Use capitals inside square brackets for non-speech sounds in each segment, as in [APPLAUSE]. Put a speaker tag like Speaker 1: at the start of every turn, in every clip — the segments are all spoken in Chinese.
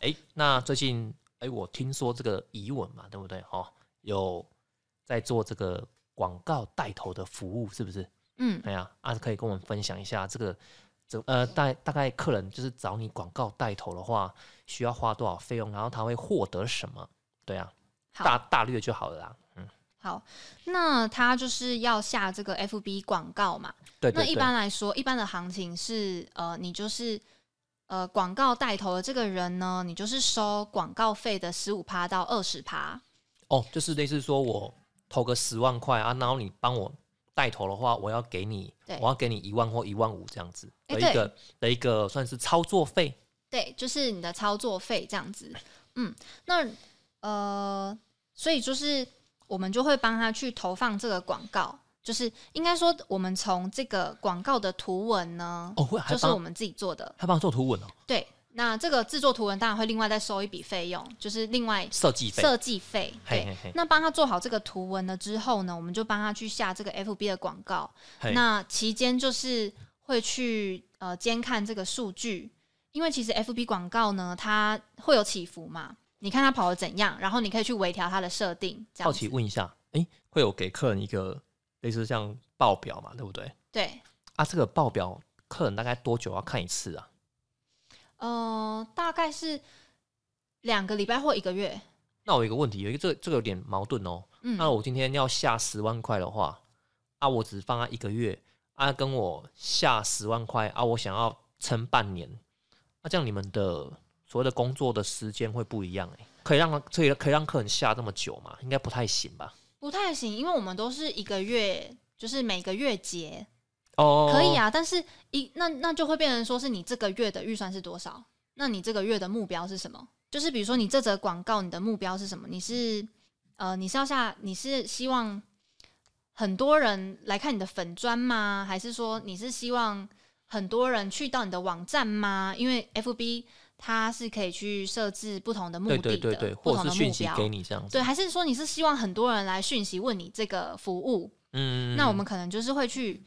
Speaker 1: 哎、那最近哎、我听说这个怡文嘛，对不对？哦，有在做这个广告带头的服务，是不是？
Speaker 2: 嗯，
Speaker 1: 哎呀，啊，可以跟我们分享一下这个，这呃，大大概客人就是找你广告带头的话，需要花多少费用，然后他会获得什么？对啊，
Speaker 2: 好
Speaker 1: 大大略就好了啦。嗯，
Speaker 2: 好，那他就是要下这个 FB 广告嘛？
Speaker 1: 对
Speaker 2: 那
Speaker 1: 对
Speaker 2: 一
Speaker 1: 对
Speaker 2: 般，来说，一般的行情是呃，你就是呃广告带头的这个人呢，你就是收广告费的十五趴到二十趴。
Speaker 1: 哦，就是类似说我投个十万块啊，然后你帮我带头的话，我要给你，
Speaker 2: 对
Speaker 1: 我要给你一万或一万五这样子
Speaker 2: 哎
Speaker 1: 的
Speaker 2: 对
Speaker 1: 一个的一个算是操作费。
Speaker 2: 对，就是你的操作费这样子。嗯，那呃，所以就是我们就会帮他去投放这个广告，就是应该说我们从这个广告的图文呢，
Speaker 1: 哦，会还
Speaker 2: 就是我
Speaker 1: 帮
Speaker 2: 们自己做的。
Speaker 1: 还帮他做图文哦，
Speaker 2: 对，那这个制作图文当然会另外再收一笔费用，就是另外
Speaker 1: 设计费。
Speaker 2: 设计费。
Speaker 1: 嘿
Speaker 2: 对，
Speaker 1: 嘿嘿
Speaker 2: 那帮他做好这个图文了之后呢，我们就帮他去下这个 FB 的广告。
Speaker 1: 嘿，
Speaker 2: 那期间就是会去呃监看这个数据，因为其实 FB 广告呢，它会有起伏嘛，你看它跑的怎样，然后你可以去微调它的设定，这
Speaker 1: 好
Speaker 2: 样
Speaker 1: 奇
Speaker 2: 子。
Speaker 1: 问一下，哎、会有给客人一个类似像报表嘛，对不对？
Speaker 2: 对，
Speaker 1: 啊，这个报表客人大概多久要看一次啊？
Speaker 2: 呃，大概是两个礼拜或一个月。
Speaker 1: 那我有一个问题，有一个这这个有点矛盾哦。
Speaker 2: 嗯，
Speaker 1: 那我今天要下十万块的话，啊，我只放在一个月，啊，跟我下十万块，啊，我想要撑半年，那、这样你们的所谓的工作的时间会不一样哎、可以让他可以可以让客人下这么久吗？应该不太行吧？
Speaker 2: 不太行，因为我们都是一个月，就是每个月结，
Speaker 1: 哦，
Speaker 2: 可以，啊，但是一那那就会变成说是你这个月的预算是多少？那你这个月的目标是什么？就是比如说你这则广告，你的目标是什么？你是呃，你是要下，你是希望很多人来看你的粉砖吗？还是说你是希望很多人去到你的网站吗？因为 FB 它是可以去设置不同的目的
Speaker 1: 对
Speaker 2: 的，
Speaker 1: 对对对，
Speaker 2: 不
Speaker 1: 或
Speaker 2: 同
Speaker 1: 者
Speaker 2: 的
Speaker 1: 是
Speaker 2: 目
Speaker 1: 讯息
Speaker 2: 标。
Speaker 1: 给你这样子，
Speaker 2: 对，啊还是说你是希望很多人来讯息问你这个服务？
Speaker 1: 嗯，
Speaker 2: 那我们可能就是会去，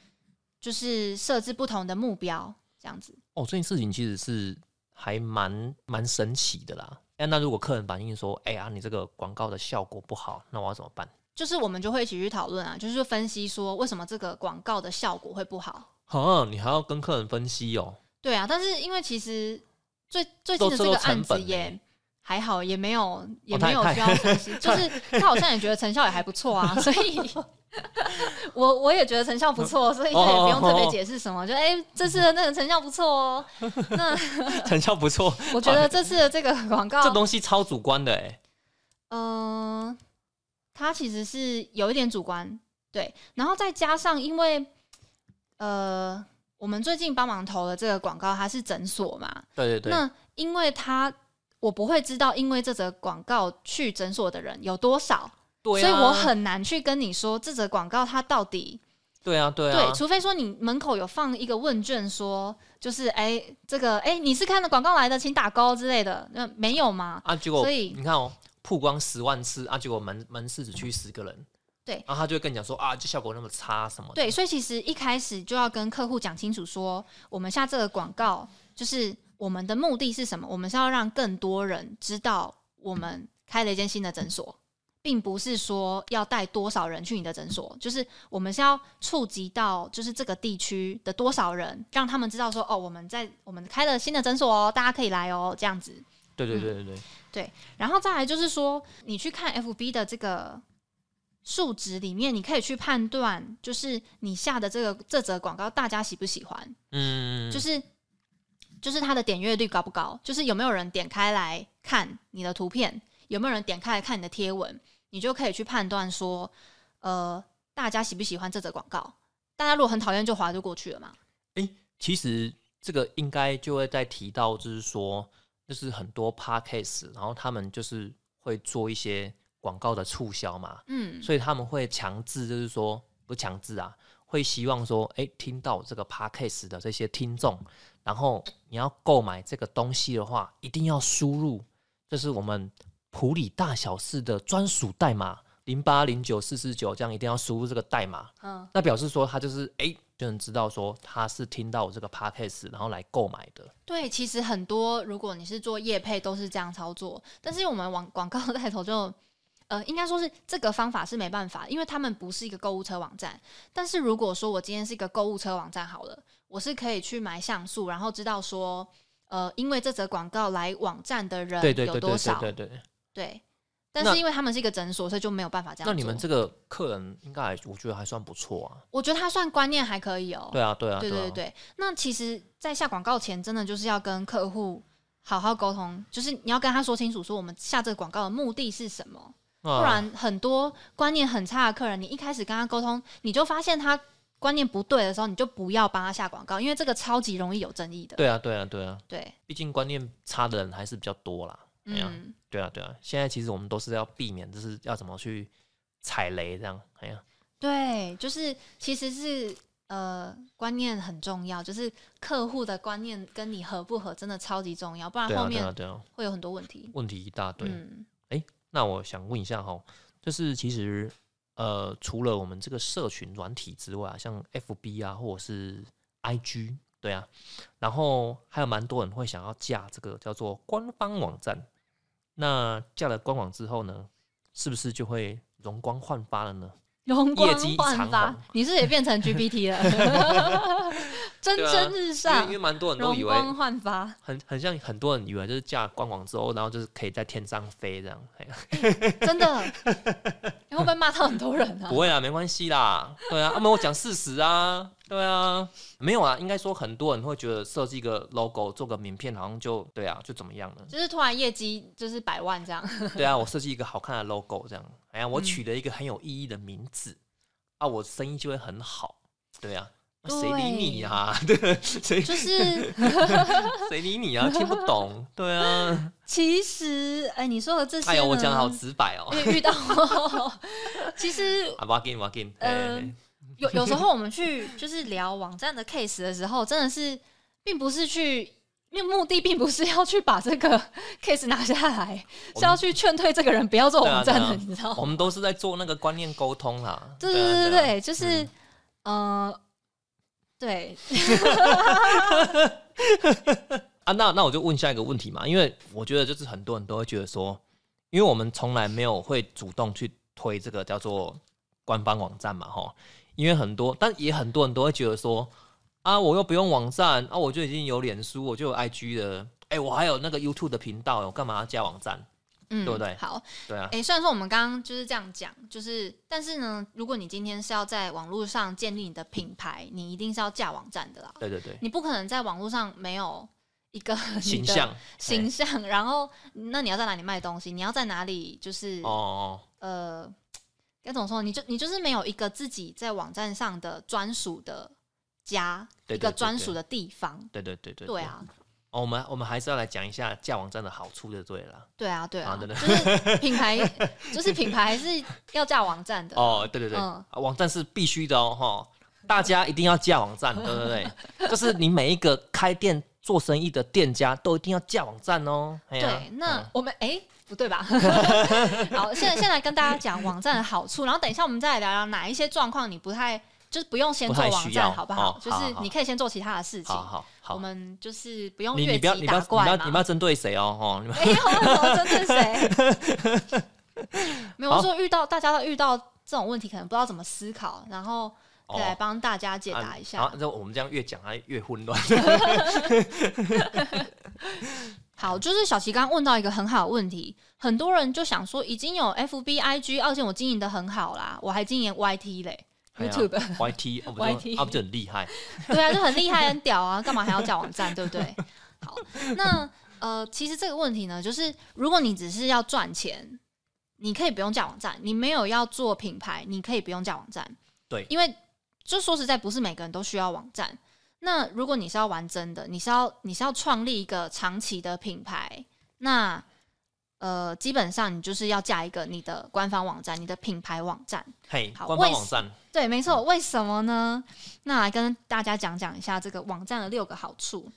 Speaker 2: 就是设置不同的目标，这样子。
Speaker 1: 哦，这件事情其实是还蛮蛮神奇的啦。哎，那如果客人反映说，哎、呀、你这个广告的效果不好，那我要怎么办？
Speaker 2: 就是我们就会一起去讨论啊，就是分析说为什么这个广告的效果会不好。
Speaker 1: 哦，你还要跟客人分析哦。
Speaker 2: 对啊，但是因为其实最最近的这
Speaker 1: 都这
Speaker 2: 个
Speaker 1: 都成
Speaker 2: 案子
Speaker 1: 本
Speaker 2: 也
Speaker 1: 欸
Speaker 2: 还好，也没有也
Speaker 1: 哦他
Speaker 2: 没有
Speaker 1: 他
Speaker 2: 需要分析，就是他好像也觉得成效也还不错啊，所以我我也觉得成效不错，所以
Speaker 1: 哦
Speaker 2: 他也不用特别解释什么，就哎、这次的那个成效不错哦。那 [LAUGHS]
Speaker 1: 成效不错，
Speaker 2: 我觉得这次的这个广告
Speaker 1: 哦这东西超主观的哎、
Speaker 2: 嗯，他其实是有一点主观，对，然后再加上因为呃，我们最近帮忙投的这个广告，它是诊所嘛，
Speaker 1: 对对对，
Speaker 2: 那因为他我不会知道，因为这则广告去诊所的人有多少，
Speaker 1: 对、
Speaker 2: 所
Speaker 1: 啊，
Speaker 2: 以我很难去跟你说这则广告它到底
Speaker 1: 对啊对啊，
Speaker 2: 除非说你门口有放一个问卷说就是哎、这个哎、你是看了广告来的，请打勾之类的，那没有吗？
Speaker 1: 啊，结果
Speaker 2: 所以
Speaker 1: 你看哦，曝光十万次啊，结果门门市只去十个人，
Speaker 2: 对
Speaker 1: 然后他就会跟你讲说啊，这效果那么差什么的，
Speaker 2: 对，所以其实一开始就要跟客户讲清楚说，我们下这个广告就是我们的目的是什么？我们是要让更多人知道我们开了一间新的诊所，并不是说要带多少人去你的诊所，就是我们是要触及到就是这个地区的多少人，让他们知道说哦，我们在我们开了新的诊所哦，大家可以来哦，这样子。
Speaker 1: 对对
Speaker 2: 嗯
Speaker 1: 对对对，
Speaker 2: 然后再来就是说，你去看 FB 的这个数值里面，你可以去判断，就是你下的这个这则广告大家喜不喜欢，
Speaker 1: 嗯，
Speaker 2: 就。是就是它的点阅率高不高，就是有没有人点开来看你的图片，有没有人点开来看你的贴文，你就可以去判断说，呃，大家喜不喜欢这则广告。大家如果很讨厌，就划就过去了嘛。
Speaker 1: 其实这个应该就会在提到，就是说，就是很多 podcast，然后他们就是会做一些广告的促销嘛，
Speaker 2: 嗯，
Speaker 1: 所以他们会强制，就是说不强制啊，会希望说，哎、听到这个 podcast 的这些听众，然后你要购买这个东西的话，一定要输入，这是我们普里大小事的专属代码零八零九四四九，这样一定要输入这个代码，
Speaker 2: 嗯，
Speaker 1: 那表示说他就是哎、诶就能知道说他是听到我这个 podcast 然后来购买的。
Speaker 2: 对，其实很多如果你是做业配都是这样操作，但是我们网广告带头就，呃，应该说是这个方法是没办法，因为他们不是一个购物车网站。但是如果说我今天是一个购物车网站好了，我是可以去买像素，然后知道说，呃，因为这则广告来网站的人
Speaker 1: 对对
Speaker 2: 有
Speaker 1: 对
Speaker 2: 多
Speaker 1: 对
Speaker 2: 少，
Speaker 1: 对对对。
Speaker 2: 对但
Speaker 1: 那
Speaker 2: 是因为他们是一个诊所，所以就没有办法这样
Speaker 1: 那
Speaker 2: 做。
Speaker 1: 你们这个客人应该还我觉得还算不错啊。
Speaker 2: 我觉得他算观念还可以哦、
Speaker 1: 对啊对啊
Speaker 2: 对
Speaker 1: 啊。
Speaker 2: 对对。那其实，在下广告前，真的就是要跟客户好好沟通，就是你要跟他说清楚，说我们下这个广告的目的是什么，
Speaker 1: 不
Speaker 2: 不然很多观念很差的客人，你一开始跟他沟通，你就发现他观念不对的时候，你就不要帮他下广告，因为这个超级容易有争议的。
Speaker 1: 对啊对啊对啊，
Speaker 2: 对，
Speaker 1: 毕竟观念差的人还是比较多啦。哎呀
Speaker 2: 嗯，
Speaker 1: 对啊对啊，现在其实我们都是要避免，就是要怎么去踩雷这样。哎呀，
Speaker 2: 对，就是其实是。呃，观念很重要，就是客户的观念跟你合不合真的超级重要，不然
Speaker 1: 对
Speaker 2: 后
Speaker 1: 啊对
Speaker 2: 面
Speaker 1: 啊对啊，
Speaker 2: 会有很多问题。
Speaker 1: 问题一大堆。
Speaker 2: 嗯，
Speaker 1: 那我想问一下哈，就是其实呃，除了我们这个社群软体之外啊，像 FB 啊，或者是 IG，对啊，然后还有蛮多人会想要架这个叫做官方网站。那架了官网之后呢，是不是就会容光焕发了呢？
Speaker 2: 容光
Speaker 1: 绩
Speaker 2: 焕
Speaker 1: 长
Speaker 2: 发
Speaker 1: 虹，
Speaker 2: 你是不是也变成 GPT [LAUGHS] 了，蒸蒸日
Speaker 1: 啊因
Speaker 2: 上
Speaker 1: 为因为，蛮多人
Speaker 2: 啊
Speaker 1: 都
Speaker 2: 容
Speaker 1: 以为
Speaker 2: 光焕发。
Speaker 1: 很很像很多人以为就是架官网之后，然后就是可以在天上飞这样。哎呀
Speaker 2: 真的，你会不会骂到很多人啊。
Speaker 1: 不？会啊，没关系啦。对啊，啊没有我讲事实啊。对啊，没有啊，应该说很多人会觉得设计个 logo 做个名片好像就对啊，就怎么样了
Speaker 2: 就是突然业绩就是百万
Speaker 1: [LAUGHS]
Speaker 2: 这样，
Speaker 1: 对啊，我设计一个好看的 logo 这样，哎呀，我
Speaker 2: 嗯
Speaker 1: 取了一个很有意义的名字、啊，我生意就会很好。对啊，啊谁理你啊？ [LAUGHS] 对，谁
Speaker 2: 就是
Speaker 1: 谁理你啊？听不懂。对啊，
Speaker 2: 其实，哎，你说的这些呢，
Speaker 1: 哎呀，我讲的好哦直白哦。
Speaker 2: 遇遇到
Speaker 1: [LAUGHS]
Speaker 2: 我，其实
Speaker 1: 啊，挖金挖金，
Speaker 2: 呃
Speaker 1: 哎，
Speaker 2: 有有时候我们去就是聊网站的 case 的时候，真的是并不是去。目目的并不是要去把这个 [LAUGHS] case 拿下来，
Speaker 1: 我
Speaker 2: 是要
Speaker 1: 们
Speaker 2: 去劝退这个人不要做
Speaker 1: 对啊
Speaker 2: 网站
Speaker 1: 对啊
Speaker 2: 的，你知道吗
Speaker 1: 我？们都是在做那个观念沟通啦。
Speaker 2: 哦对对
Speaker 1: 啊
Speaker 2: 对
Speaker 1: 啊嗯
Speaker 2: 对，就是、呃，对，
Speaker 1: 啊，那那我就问下一个问题嘛，因为我觉得就是很多人都会觉得说，因为我们从来没有会主动去推这个叫做官方网站嘛，哈，因为很多，但也很多人都会觉得说，啊，我又不用网站，啊，我就已经有脸书，我就有 IG 了，哎、我还有那个 YouTube 的频道，我干嘛要加网站？
Speaker 2: 嗯，
Speaker 1: 对不对
Speaker 2: 好，
Speaker 1: 对啊，
Speaker 2: 哎、虽然说我们刚刚就是这样讲，就是，但是呢，如果你今天是要在网络上建立你的品牌，你一定是要架网站的啦，
Speaker 1: 对对对，
Speaker 2: 你不可能在网络上没有一个 [LAUGHS] 你的
Speaker 1: 形象
Speaker 2: 形象，然后那你要在哪里卖东西？你要在哪里？就是、
Speaker 1: 哦哦，
Speaker 2: 呃，该怎么说？你就你就是没有一个自己在网站上的专属的家，
Speaker 1: 对
Speaker 2: 一个
Speaker 1: 对对
Speaker 2: 专
Speaker 1: 对
Speaker 2: 属的地方。
Speaker 1: 对对对对，
Speaker 2: 对啊，
Speaker 1: 哦，我们我们还是要来讲一下架网站的好处就对了啦。
Speaker 2: 对啊，对啊，
Speaker 1: 啊对
Speaker 2: 就
Speaker 1: 对
Speaker 2: 是品牌，
Speaker 1: [LAUGHS]
Speaker 2: 就是品牌还是要架网站的。
Speaker 1: 哦，对对对，
Speaker 2: 嗯
Speaker 1: 啊网站是必须的哦，哈，大家一定要架网
Speaker 2: [LAUGHS]
Speaker 1: 站，对对对，就是你每一个开店做生意的店家都一定要架网站哦。哎呀
Speaker 2: 对，那
Speaker 1: 嗯
Speaker 2: 我们哎、不对吧？ [LAUGHS] 好，现在现在跟大家讲网站的好处，然后等一下我们再来聊聊哪一些状况你不太，就是不用先
Speaker 1: 不
Speaker 2: 做
Speaker 1: 太
Speaker 2: 网
Speaker 1: 需要
Speaker 2: 站，好不好？
Speaker 1: 哦
Speaker 2: 就是
Speaker 1: 好好好
Speaker 2: 你可以先做其他的事情。
Speaker 1: 好好
Speaker 2: 我
Speaker 1: 好，
Speaker 2: 们就是不用
Speaker 1: 你
Speaker 2: 越
Speaker 1: 你不要你
Speaker 2: 级
Speaker 1: 不要
Speaker 2: 打
Speaker 1: 你不要
Speaker 2: 怪
Speaker 1: 你不
Speaker 2: 嘛
Speaker 1: 要。针对谁哦，哦，你们
Speaker 2: 哎，我我针对谁？
Speaker 1: [LAUGHS]
Speaker 2: 没有我
Speaker 1: 好
Speaker 2: 说遇到大家都遇到这种问题，可能不知道怎么思考，然后可以来
Speaker 1: 哦。
Speaker 2: 帮大家 [LAUGHS] 解答一下。
Speaker 1: 啊，那我们这样越讲还越混
Speaker 2: [LAUGHS]
Speaker 1: 乱。
Speaker 2: 好，就是小齐刚刚问到一个很好的问题，很多人就想说，已经有 FB、IG，而且我经营的很好啦，我还经营 YT 嘞，YouTube，、
Speaker 1: 哎呀 YT 哦，不是
Speaker 2: YT
Speaker 1: 啊，不就很厉害？
Speaker 2: 对啊，就很厉害，很屌啊，干嘛还要叫网站，对不对？好，那呃，其实这个问题呢，就是如果你只是要赚钱，你可以不用架网站；你没有要做品牌，你可以不用架网站。
Speaker 1: 对
Speaker 2: 因为就说实在，不是每个人都需要网站。那如果你是要玩真的，你是要你是要创立一个长期的品牌，那呃，基本上你就是要架一个你的官方网站，你的品牌网站。
Speaker 1: 嘿，
Speaker 2: 好
Speaker 1: 官
Speaker 2: 为
Speaker 1: 方网站
Speaker 2: 对，没错。为什么呢？那来跟大家讲讲一下这个网站的六个好处。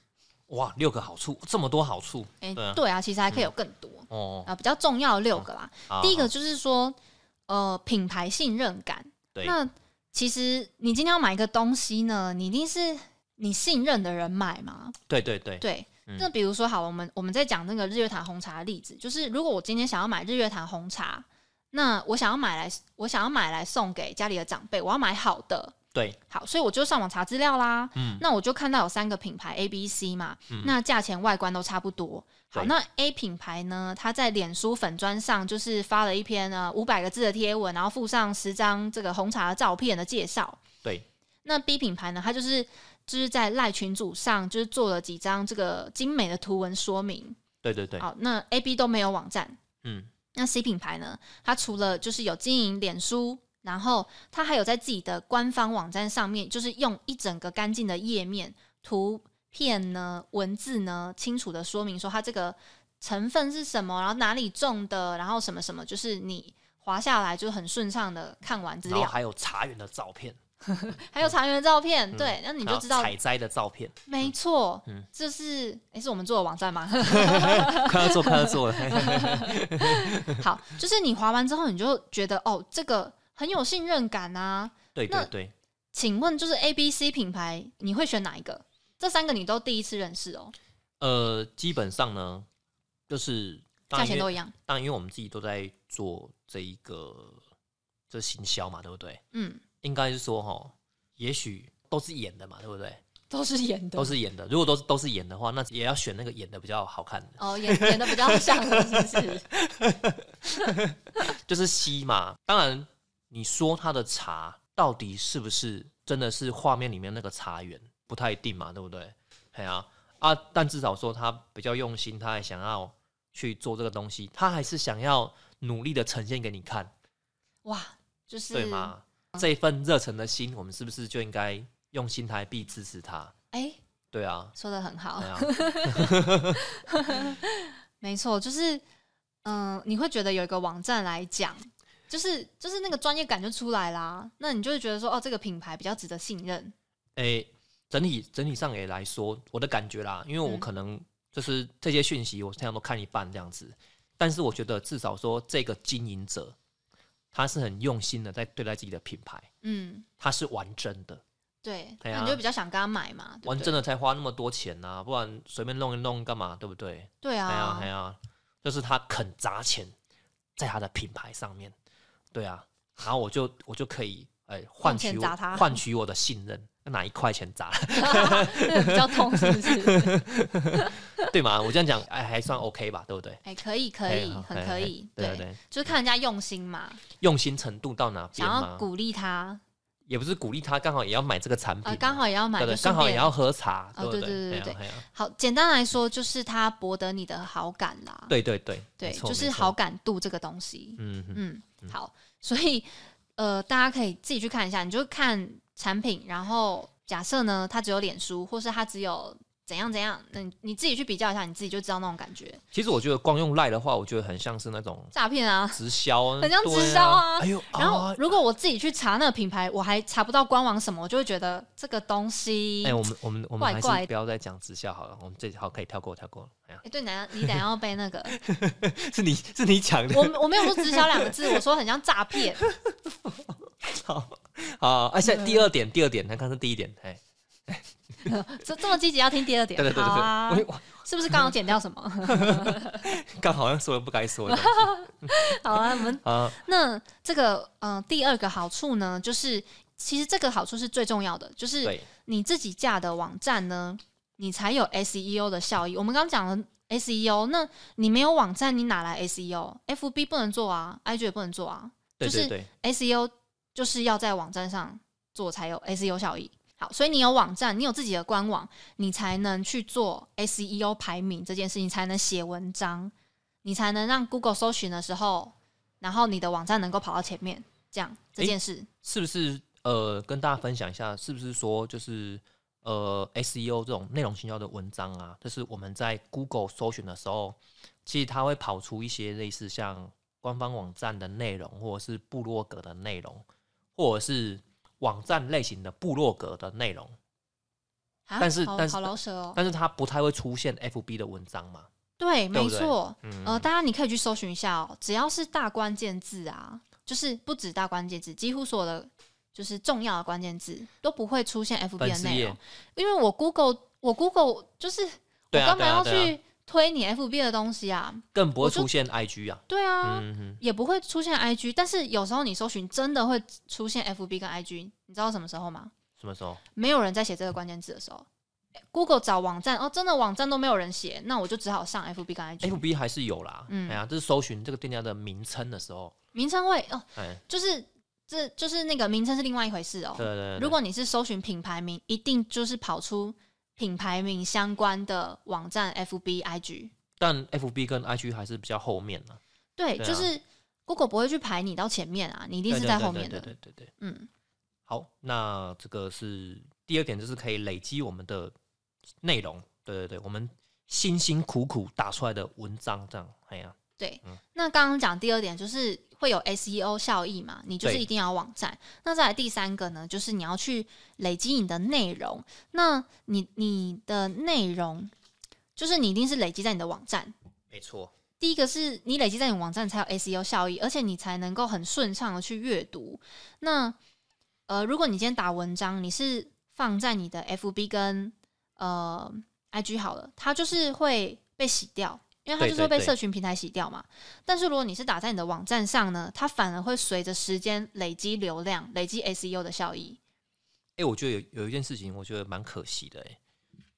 Speaker 1: 哇，六个好处，这么多好处
Speaker 2: 哎、
Speaker 1: 对啊
Speaker 2: 对啊，其实还可以有更多啊、
Speaker 1: 哦。啊
Speaker 2: 比较重要的六个啦。
Speaker 1: 好
Speaker 2: 第一个
Speaker 1: 好
Speaker 2: 就是说，呃，品牌信任感。
Speaker 1: 对
Speaker 2: 那其实你今天要买一个东西呢，你一定是你信任的人买嘛。
Speaker 1: 对对对，
Speaker 2: 对，
Speaker 1: 嗯
Speaker 2: 那比如说好，我们我们在讲那个日月潭红茶的例子，就是如果我今天想要买日月潭红茶，那我想要买来，我想要买来送给家里的长辈，我要买好的。
Speaker 1: 对，
Speaker 2: 好，所以我就上网查资料啦。
Speaker 1: 嗯
Speaker 2: 那我就看到有三个品牌 A、B、C 嘛，
Speaker 1: 嗯
Speaker 2: 那价钱外观都差不多。好，
Speaker 1: 对
Speaker 2: 那 A 品牌呢，它在脸书粉砖上就是发了一篇呢五百个字的贴文，然后附上十张这个红茶的照片的介绍。
Speaker 1: 对，
Speaker 2: 那 B 品牌呢，它就是就是在赖群组上就是做了几张这个精美的图文说明。
Speaker 1: 对对对，
Speaker 2: 好，那 A、B 都没有网站。
Speaker 1: 嗯，
Speaker 2: 那 C 品牌呢，它除了就是有经营脸书，然后它还有在自己的官方网站上面，就是用一整个干净的页面、图片呢、文字呢，清楚的说明说它这个成分是什么，然后哪里种的，然后什么什么，就是你滑下来就很顺畅的看完资
Speaker 1: 然后
Speaker 2: 料，
Speaker 1: 还有茶园的照片，
Speaker 2: 还有茶园的照片，
Speaker 1: 嗯
Speaker 2: 对，那你
Speaker 1: 还
Speaker 2: 就
Speaker 1: 有
Speaker 2: 知道，
Speaker 1: 采摘的照片，
Speaker 2: 没错，
Speaker 1: 嗯
Speaker 2: 这是诶，是我们做的网站
Speaker 1: [LAUGHS]
Speaker 2: 吗？ [LAUGHS]
Speaker 1: 快要做快要做了，
Speaker 2: 好，就是你滑完之后，你就觉得哦，这个很有信任感啊，
Speaker 1: 对
Speaker 2: 那
Speaker 1: 对对，
Speaker 2: 请问，就是 A、B、C 品牌，你会选哪一个？这三个你都第一次认识哦，
Speaker 1: 呃，基本上呢，就是
Speaker 2: 价
Speaker 1: 当然
Speaker 2: 钱
Speaker 1: 因
Speaker 2: 都
Speaker 1: 为
Speaker 2: 一样。
Speaker 1: 当然因为我们自己都在做这一个这行销嘛，对不对？
Speaker 2: 嗯，
Speaker 1: 应该是说哈，也许都是演的嘛，对不对？
Speaker 2: 都是演的
Speaker 1: 都是演的。如果都是都是演的话，那也要选那个演的比较好看的，
Speaker 2: 哦，演演的比较像的，是不
Speaker 1: [LAUGHS]
Speaker 2: 是？
Speaker 1: 就是吸嘛。当然，你说它的茶到底是不是真的是画面里面那个茶园，不太一定嘛，对不对？哎呀、啊，但至少说他比较用心，他还想要去做这个东西，他还是想要努力的呈现给你看，
Speaker 2: 哇，就是
Speaker 1: 对吗？这一份热忱的心，我们是不是就应该用心台币支持他？
Speaker 2: 哎，
Speaker 1: 对啊，
Speaker 2: 说的很好
Speaker 1: 对，啊，
Speaker 2: 没错，就是嗯、你会觉得有一个网站来讲，就是就是那个专业感就出来啦。那你就会觉得说，哦，这个品牌比较值得信任。
Speaker 1: 诶、整体整体上也来说，我的感觉啦，因为我
Speaker 2: 嗯
Speaker 1: 可能就是这些讯息，我通常都看一半这样子。但是我觉得至少说，这个经营者他是很用心的在对待自己的品牌，
Speaker 2: 嗯，
Speaker 1: 他是玩真的，
Speaker 2: 对，
Speaker 1: 对啊
Speaker 2: 那你就比较想跟他买嘛，对不
Speaker 1: 玩
Speaker 2: 对
Speaker 1: 真的才花那么多钱呐、不然随便弄一弄干嘛，对不对？
Speaker 2: 对
Speaker 1: 哎呀
Speaker 2: 啊，
Speaker 1: 哎呀，就是他肯砸钱在他的品牌上面，对啊，然后我就我就可以哎、换
Speaker 2: 用钱
Speaker 1: 取我
Speaker 2: 砸他
Speaker 1: 换取我的信任，拿一块钱砸
Speaker 2: 那 [LAUGHS]
Speaker 1: 啊
Speaker 2: 个比较痛，是不是？
Speaker 1: [LAUGHS] 对嘛？我这样讲，哎，还算 OK 吧，对不对？
Speaker 2: 哎，可以，可以
Speaker 1: 嘿，好
Speaker 2: 很
Speaker 1: 嘿
Speaker 2: 可
Speaker 1: 嘿
Speaker 2: 以，
Speaker 1: 对啊对，
Speaker 2: 就是看人家用心嘛，
Speaker 1: 用心程度到哪
Speaker 2: 想
Speaker 1: 边
Speaker 2: 要
Speaker 1: 嘛？
Speaker 2: 鼓励他，
Speaker 1: 也不是鼓励他，刚好也要买这个产品嘛，
Speaker 2: 呃，刚好也要买，
Speaker 1: 对对，
Speaker 2: 就顺
Speaker 1: 刚好也
Speaker 2: 便
Speaker 1: 要喝茶，
Speaker 2: 哦
Speaker 1: 不
Speaker 2: 对对对
Speaker 1: 对
Speaker 2: 对
Speaker 1: 哎呀哎呀
Speaker 2: 好。简单来说，就是他博得你的好感啦，
Speaker 1: 对对对，没错
Speaker 2: 就是
Speaker 1: 没错
Speaker 2: 好感度这个东西，
Speaker 1: 嗯哼
Speaker 2: 嗯，好，所以呃，大家可以自己去看一下，你就看产品，然后假设呢，它只有脸书，或是它只有怎样怎样，那你你自己去比较一下，你自己就知道那种感觉，
Speaker 1: 其实我觉得光用赖的话，我觉得很像是那种
Speaker 2: 诈骗啊。
Speaker 1: 直销啊，
Speaker 2: 很像
Speaker 1: 对
Speaker 2: 直销啊
Speaker 1: 啊。哎呦，
Speaker 2: 然后
Speaker 1: 啊，
Speaker 2: 如果我自己去查那个品牌，我还查不到官网什么，我就会觉得这个东西，
Speaker 1: 哎，我们我们我们
Speaker 2: 怪
Speaker 1: 还
Speaker 2: 怪
Speaker 1: 是
Speaker 2: 的
Speaker 1: 不要再讲直销好了，我们这好可以跳过跳过了。哎呀，
Speaker 2: 哎，对，你等下你等下要被那个，
Speaker 1: 是你是你讲的，
Speaker 2: [LAUGHS] 我我没有说直销两个字，我说很像诈骗。
Speaker 1: 好好，哎，现在第二点，第二点，那刚是第一点，哎，
Speaker 2: 这这么积极要听第二点，
Speaker 1: 对对对对
Speaker 2: 好啊
Speaker 1: 对，我我
Speaker 2: 是不是刚好剪掉什么？
Speaker 1: 刚好像说了不该说的东西
Speaker 2: [LAUGHS] 好啊，我们
Speaker 1: 啊，
Speaker 2: 那这个嗯、呃第二个好处呢，就是其实这个好处是最重要的，就是
Speaker 1: 对，
Speaker 2: [LAUGHS] 你自己架的网站呢，你才有 SEO 的效益。我们刚刚讲了 SEO，那你没有网站，你哪来 SEO？FB 不能做啊，IG 也不能做啊
Speaker 1: 对
Speaker 2: 就是
Speaker 1: 对对，
Speaker 2: ，SEO E 就是要在网站上做才有 SEO 效益。好，所以你有网站，你有自己的官网，你才能去做 SEO 排名这件事情，才能写文章，你才能让 Google 搜寻的时候，然后你的网站能够跑到前面，这样这件事。
Speaker 1: 是不是呃跟大家分享一下，是不是说就是呃 SEO 这种内容行销的文章啊，就是我们在 Google 搜寻的时候，其实它会跑出一些类似像官方网站的内容，或者是部落格的内容，或者是网站类型的部落格的内容，
Speaker 2: 啊
Speaker 1: 但是
Speaker 2: 好
Speaker 1: 但是
Speaker 2: 好老舍哦，
Speaker 1: 但是它不太会出现 FB 的文章嘛？
Speaker 2: 对，
Speaker 1: 对
Speaker 2: 没
Speaker 1: 不对
Speaker 2: 错。
Speaker 1: 嗯，
Speaker 2: 呃，大家你可以去搜寻一下哦，只要是大关键字啊，就是不止大关键字，几乎所有的就是重要的关键字都不会出现 FB
Speaker 1: 粉
Speaker 2: 的
Speaker 1: 丝
Speaker 2: 内容
Speaker 1: 页，，
Speaker 2: 因为我 Google 我 Google 就是我
Speaker 1: 对啊
Speaker 2: 干嘛
Speaker 1: 对啊
Speaker 2: 要
Speaker 1: 对啊
Speaker 2: 去推你 FB 的东西啊？
Speaker 1: 更不
Speaker 2: 我
Speaker 1: 会
Speaker 2: 就
Speaker 1: 出现 IG 啊。
Speaker 2: 对啊，
Speaker 1: 嗯哼，
Speaker 2: 也不会出现 IG，但是有时候你搜寻真的会出现 FB 跟 IG，你知道什么时候吗？
Speaker 1: 什么时候？
Speaker 2: 没有人在写这个关键字的时候诶，Google 找网站哦，真的网站都没有人写，那我就只好上 FB 跟 IG，、
Speaker 1: FB 还是有啦，
Speaker 2: 嗯
Speaker 1: 哎呀，这是搜寻这个店家的名称的时候，
Speaker 2: 名称会哦，
Speaker 1: 哎，
Speaker 2: 就是这就是那个名称是另外一回事哦
Speaker 1: 对。对对，
Speaker 2: 如果你是搜寻品牌名，一定就是跑出品牌名相关的网站 FB、IG，
Speaker 1: 但 FB 跟 IG 还是比较后面啦，
Speaker 2: 对，
Speaker 1: 对啊
Speaker 2: 就是 Google 不会去排你到前面啊，你一
Speaker 1: 一
Speaker 2: 定是在后面的，
Speaker 1: 对对对对对。
Speaker 2: 嗯，
Speaker 1: 好，那这个是第二点，就是可以累积我们的内容，对对对，我们辛辛苦苦打出来的文章，这样，哎呀，
Speaker 2: 对，
Speaker 1: 嗯
Speaker 2: 那刚刚讲第二点就是会有 SEO 效益嘛，你就是
Speaker 1: 对
Speaker 2: 一定要网站。那再来第三个呢，就是你要去累积你的内容。那你你的内容，就是你一定是累积在你的网站。
Speaker 1: 没错，
Speaker 2: 第一个是你累积在你网站才有 SEO 效益，而且你才能够很顺畅的去阅读。那呃，如果你今天打文章，你是放在你的 FB 跟呃 IG 好了，它就是会被洗掉，因为它
Speaker 1: 对
Speaker 2: 就是会被
Speaker 1: 对对
Speaker 2: 社群平台洗掉嘛。但是如果你是打在你的网站上呢，它反而会随着时间累积流量、累积 SEO 的效益。
Speaker 1: 哎、我觉得有有一件事情，我觉得蛮可惜的、哎，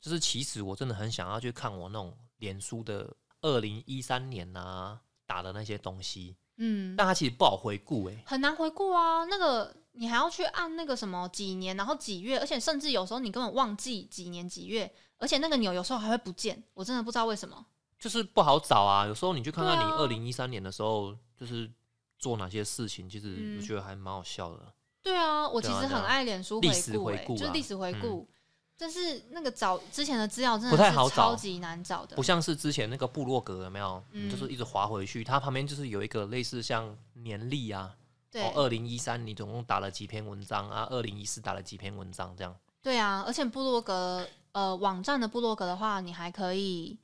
Speaker 1: 就是其实我真的很想要去看我那种脸书的二零一三年啊打的那些东西，
Speaker 2: 嗯，
Speaker 1: 但它其实不好回顾、哎，
Speaker 2: 很难回顾啊，那个。你还要去按那个什么几年，然后几月，而且甚至有时候你根本忘记几年几月，而且那个钮有时候还会不见，我真的不知道为什么。
Speaker 1: 就是不好找啊。有时候你去看看你二
Speaker 2: 对
Speaker 1: 零一三年的时候，就是做哪些事情，其实
Speaker 2: 嗯
Speaker 1: 我觉得还蛮好笑的。
Speaker 2: 对啊，我其
Speaker 1: 对啊
Speaker 2: 实
Speaker 1: 对啊
Speaker 2: 很爱脸书
Speaker 1: 历
Speaker 2: 回顾、欸，
Speaker 1: 史回顾
Speaker 2: 就是
Speaker 1: 啊
Speaker 2: 历史回
Speaker 1: 嗯
Speaker 2: 顾，但是那个找之前的资料真
Speaker 1: 不
Speaker 2: 的
Speaker 1: 太
Speaker 2: 是
Speaker 1: 好找
Speaker 2: 超级难找的
Speaker 1: 不。像是之前那个部落格有没有？
Speaker 2: 嗯
Speaker 1: 你就是一直滑回去，它旁边就是有一个类似像年历啊，
Speaker 2: 对、
Speaker 1: 二零一三你总共打了几篇文章啊，二零一四打了几篇文章这样。
Speaker 2: 对啊，而且部落格呃网站的部落格的话，你还可以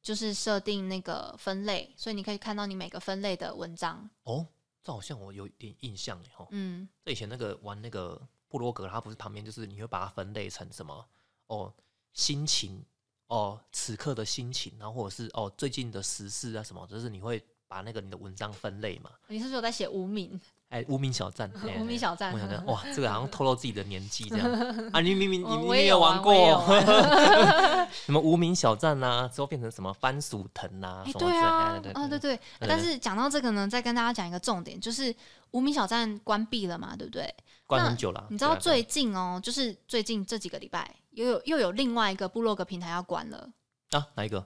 Speaker 2: 就是设定那个分类，所以你可以看到你每个分类的文章。
Speaker 1: 哦，这好像我有一点印象耶哦。
Speaker 2: 嗯，
Speaker 1: 这以前那个玩那个部落格，它不是旁边就是你会把它分类成什么哦心情哦此刻的心情，然后或者是哦最近的时事啊什么，就是你会把那个你的文章分类嘛。
Speaker 2: 你是不是有在写无名？
Speaker 1: 哎，无名
Speaker 2: [LAUGHS]
Speaker 1: 小站，哎
Speaker 2: 无名小站
Speaker 1: 我
Speaker 2: [LAUGHS]
Speaker 1: 想想，哇，这个好像透露自己的年纪这样啊！你明明你
Speaker 2: 哦
Speaker 1: 你
Speaker 2: 我
Speaker 1: 你
Speaker 2: 也
Speaker 1: 有
Speaker 2: 有
Speaker 1: 玩
Speaker 2: 玩我也有
Speaker 1: 过 [LAUGHS]
Speaker 2: [LAUGHS]
Speaker 1: 什么无名小站呐、之后变成什么番薯藤呐、
Speaker 2: 哎，
Speaker 1: 什么之
Speaker 2: 对
Speaker 1: 类的，
Speaker 2: 啊
Speaker 1: 哎，对
Speaker 2: 啊对
Speaker 1: 对
Speaker 2: 对。
Speaker 1: 对
Speaker 2: 但是讲到这个呢，再跟大家讲一个重点，就是无名小站关闭了嘛，对不对？
Speaker 1: 关
Speaker 2: 那
Speaker 1: 很久了。
Speaker 2: 你知道
Speaker 1: 对啊对啊
Speaker 2: 最近哦，就是最近这几个礼拜，又有又有另外一个部落格平台要关了，
Speaker 1: 啊哪一个？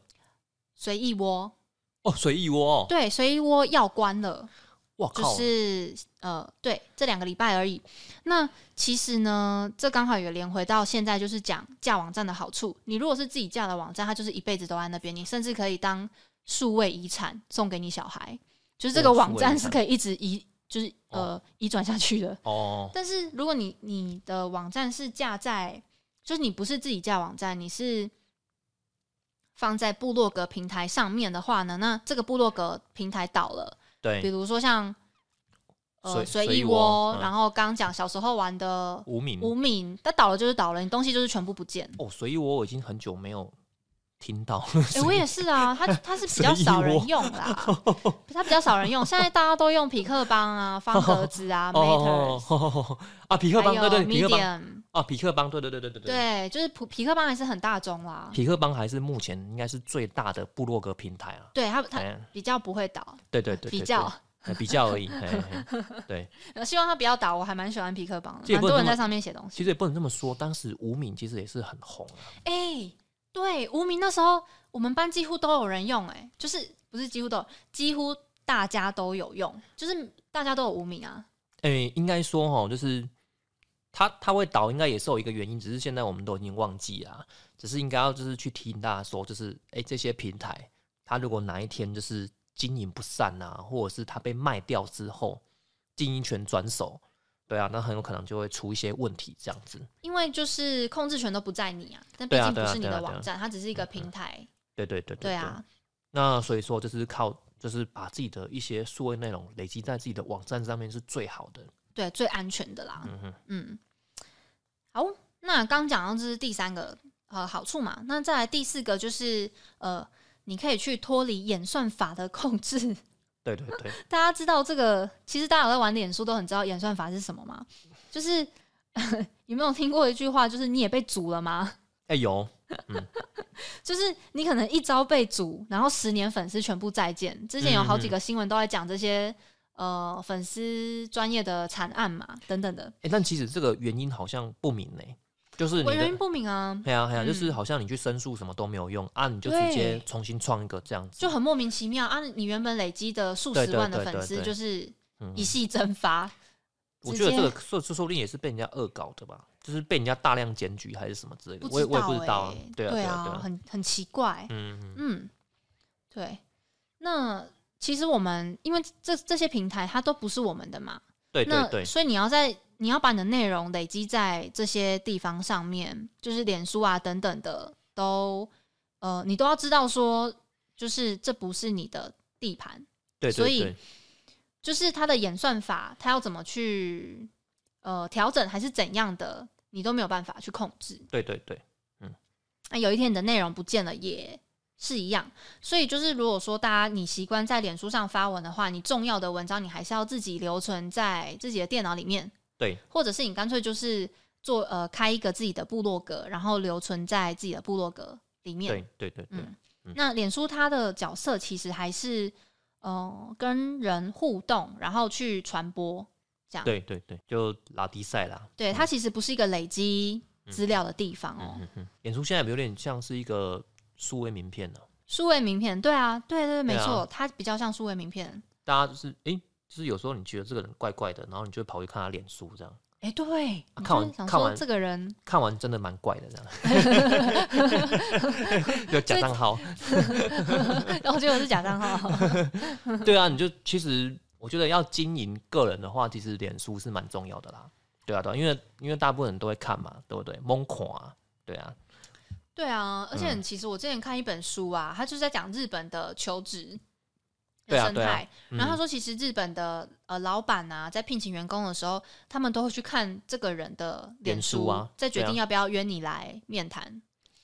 Speaker 2: 随意窝。
Speaker 1: 哦，随意窝哦，
Speaker 2: 对，随意窝要关了，
Speaker 1: 哇
Speaker 2: 就
Speaker 1: 靠！
Speaker 2: 是呃，对，这两个礼拜而已。那其实呢，这刚好也连回到现在，就是讲架网站的好处。你如果是自己架的网站，它就是一辈子都在那边，你甚至可以当数位遗产送给你小孩，就是这个
Speaker 1: 哦数
Speaker 2: 网
Speaker 1: 位
Speaker 2: 站
Speaker 1: 遗
Speaker 2: 是
Speaker 1: 产
Speaker 2: 可以一 [LAUGHS] 直移，就是呃、移转下去的。
Speaker 1: 哦，
Speaker 2: 但是如果你你的网站是架在，就是你不是自己架网站，你是放在部落格平台上面的话呢，那这个部落格平台倒了，比
Speaker 1: 对，
Speaker 2: 如说像呃
Speaker 1: 随
Speaker 2: 随
Speaker 1: 随
Speaker 2: 意
Speaker 1: 意
Speaker 2: 窝
Speaker 1: 窝，嗯
Speaker 2: 然后刚刚讲小时候玩的
Speaker 1: 无名
Speaker 2: 无名，它倒了就是倒了，你东西就是全部不
Speaker 1: [LAUGHS]
Speaker 2: 见。
Speaker 1: 哦，随意窝我已经很久没有听到了。
Speaker 2: 哎、我也是啊，它它是比较
Speaker 1: [LAUGHS] 随意
Speaker 2: 少人
Speaker 1: 窝
Speaker 2: 用啦，它比较少人用。现在大家都用匹克邦啊、
Speaker 1: [LAUGHS]
Speaker 2: 方格子啊、Matter，
Speaker 1: 哦啊，匹克
Speaker 2: 还
Speaker 1: 邦对
Speaker 2: 有
Speaker 1: 对，匹克邦
Speaker 2: Medium，
Speaker 1: 啊，匹克邦对对对对对对。
Speaker 2: 对，就是普皮克邦还是很大众啦。
Speaker 1: 匹克邦还是目前应该是最大的部落格平台啊。
Speaker 2: 对他他
Speaker 1: 哎
Speaker 2: 比较不会倒，
Speaker 1: 对对对，对
Speaker 2: 比较，
Speaker 1: 对哎比较而已。嘿嘿嘿
Speaker 2: 呃希望他不要倒。我还蛮喜欢皮克邦
Speaker 1: 这
Speaker 2: 的，
Speaker 1: 也
Speaker 2: 蛮
Speaker 1: 不
Speaker 2: 多
Speaker 1: 能
Speaker 2: 人
Speaker 1: 这么
Speaker 2: 在上面写东西。
Speaker 1: 其实也不能这么说，当时无名其实也是很红啊。
Speaker 2: 哎、对，无名那时候我们班几乎都有人用、哎，就是不是几乎都有，几乎大家都有用，就是大家都有无名啊。
Speaker 1: 诶、应该说哈，就是它它会倒，应该也是有一个原因，只是现在我们都已经忘记了啊。只是应该要就是去提醒大家说，就是诶、这些平台，它如果哪一天就是经营不善啊，或者是它被卖掉之后，经营权转手，对啊，那很有可能就会出一些问题这样子。
Speaker 2: 因为就是控制权都不在你啊，但毕
Speaker 1: 对啊
Speaker 2: 竟
Speaker 1: 对
Speaker 2: 不
Speaker 1: 啊
Speaker 2: 是你
Speaker 1: 对啊
Speaker 2: 的
Speaker 1: 对啊嗯
Speaker 2: 网站，它只是一个平台。
Speaker 1: 对对对
Speaker 2: 对啊，
Speaker 1: 那所以说，就是靠，就是把自己的一些数位内容累积在自己的网站上面是最好的。
Speaker 2: 对最安全的啦。
Speaker 1: 嗯哼，
Speaker 2: 嗯，好，那刚讲到这是第三个呃好处嘛，那再来第四个就是呃，你可以去脱离演算法的控制。
Speaker 1: 对对对，
Speaker 2: 大家知道这个，其实大家有在玩脸书都很知道演算法是什么吗？就是 [LAUGHS] 有没有听过一句话，就是你也被煮了吗？
Speaker 1: 哎、有，
Speaker 2: 就是你可能一朝被煮，然后十年粉丝全部再见。之前有好几个新闻都在讲这些。呃，粉丝专业的惨案嘛，等等的，
Speaker 1: 哎、但其实这个原因好像不明呢、就是你
Speaker 2: 我原因
Speaker 1: 的。
Speaker 2: 不明啊，
Speaker 1: 对啊，对啊，就是
Speaker 2: 嗯
Speaker 1: 好像你去申诉什么都没有用啊，你就直接
Speaker 2: 对
Speaker 1: 重新创一个这样子，
Speaker 2: 就很莫名其妙啊！你原本累积的数十万的粉丝，
Speaker 1: 对对对对对
Speaker 2: 就是
Speaker 1: 嗯
Speaker 2: 一夕蒸发，
Speaker 1: 我
Speaker 2: 直
Speaker 1: 觉得这
Speaker 2: 接
Speaker 1: 个说说不定也是被人家恶搞的吧，就是被人家大量检举还是什么之类的，我也我也不知道啊
Speaker 2: 欸，
Speaker 1: 对啊，
Speaker 2: 对
Speaker 1: 啊，对啊，
Speaker 2: 很很奇怪，
Speaker 1: 嗯，嗯
Speaker 2: 嗯，对。那其实我们因为这这些平台它都不是我们的嘛，
Speaker 1: 对对对
Speaker 2: 那，所以你要在你要把你的内容累积在这些地方上面，就是脸书啊等等的，都呃你都要知道说，就是这不是你的地盘，
Speaker 1: 对
Speaker 2: 所
Speaker 1: 对
Speaker 2: 以
Speaker 1: 对，
Speaker 2: 就是它的演算法，它要怎么去呃调整还是怎样的，你都没有办法去控制。
Speaker 1: 对对对，
Speaker 2: 那有一天你的内容不见了，也是一样。所以就是，如果说大家你习惯在脸书上发文的话，你重要的文章你还是要自己留存在自己的电脑里面，
Speaker 1: 对，
Speaker 2: 或者是你干脆就是做呃开一个自己的部落格，然后留存在自己的部落格里面。
Speaker 1: 对对对对
Speaker 2: 嗯，那脸书它的角色其实还是呃跟人互动，然后去传播这样。
Speaker 1: 对对对，就拉低赛啦。
Speaker 2: 对，它其实不是一个累积资料的地方哦。
Speaker 1: 嗯嗯，演出现在有点像是一个数位名片呢、哦
Speaker 2: 数位名片，对啊，对对对，没
Speaker 1: 对啊
Speaker 2: 错，它比较像数位名片。
Speaker 1: 大家就是诶，就是有时候你觉得这个人怪怪的，然后你就会跑去看他脸书，这样
Speaker 2: 哎、对，
Speaker 1: 啊
Speaker 2: 你
Speaker 1: 看完
Speaker 2: 就是想
Speaker 1: 看
Speaker 2: 说
Speaker 1: 完
Speaker 2: 这个
Speaker 1: [LAUGHS]
Speaker 2: 人，
Speaker 1: 看完真的蛮怪的，这样 [LAUGHS] 就假账号。
Speaker 2: 然后哦结果是假账号。
Speaker 1: 对啊，你就其实我觉得要经营个人的话，其实脸书是蛮重要的啦。对啊，对啊，因为因为大部分人都会看嘛，对不对？蒙狂啊，对啊，
Speaker 2: [LAUGHS] 对啊，而且
Speaker 1: 嗯
Speaker 2: 其实我之前看一本书啊，它就是在讲日本的求职的
Speaker 1: 对啊
Speaker 2: 生态。
Speaker 1: 对啊
Speaker 2: 然后他说，
Speaker 1: 说
Speaker 2: 其实日本的呃老板啊，在聘请员工的时候，他们都会去看这个人的脸
Speaker 1: 脸书啊
Speaker 2: 再决
Speaker 1: 对啊
Speaker 2: 定要不要约你来面谈。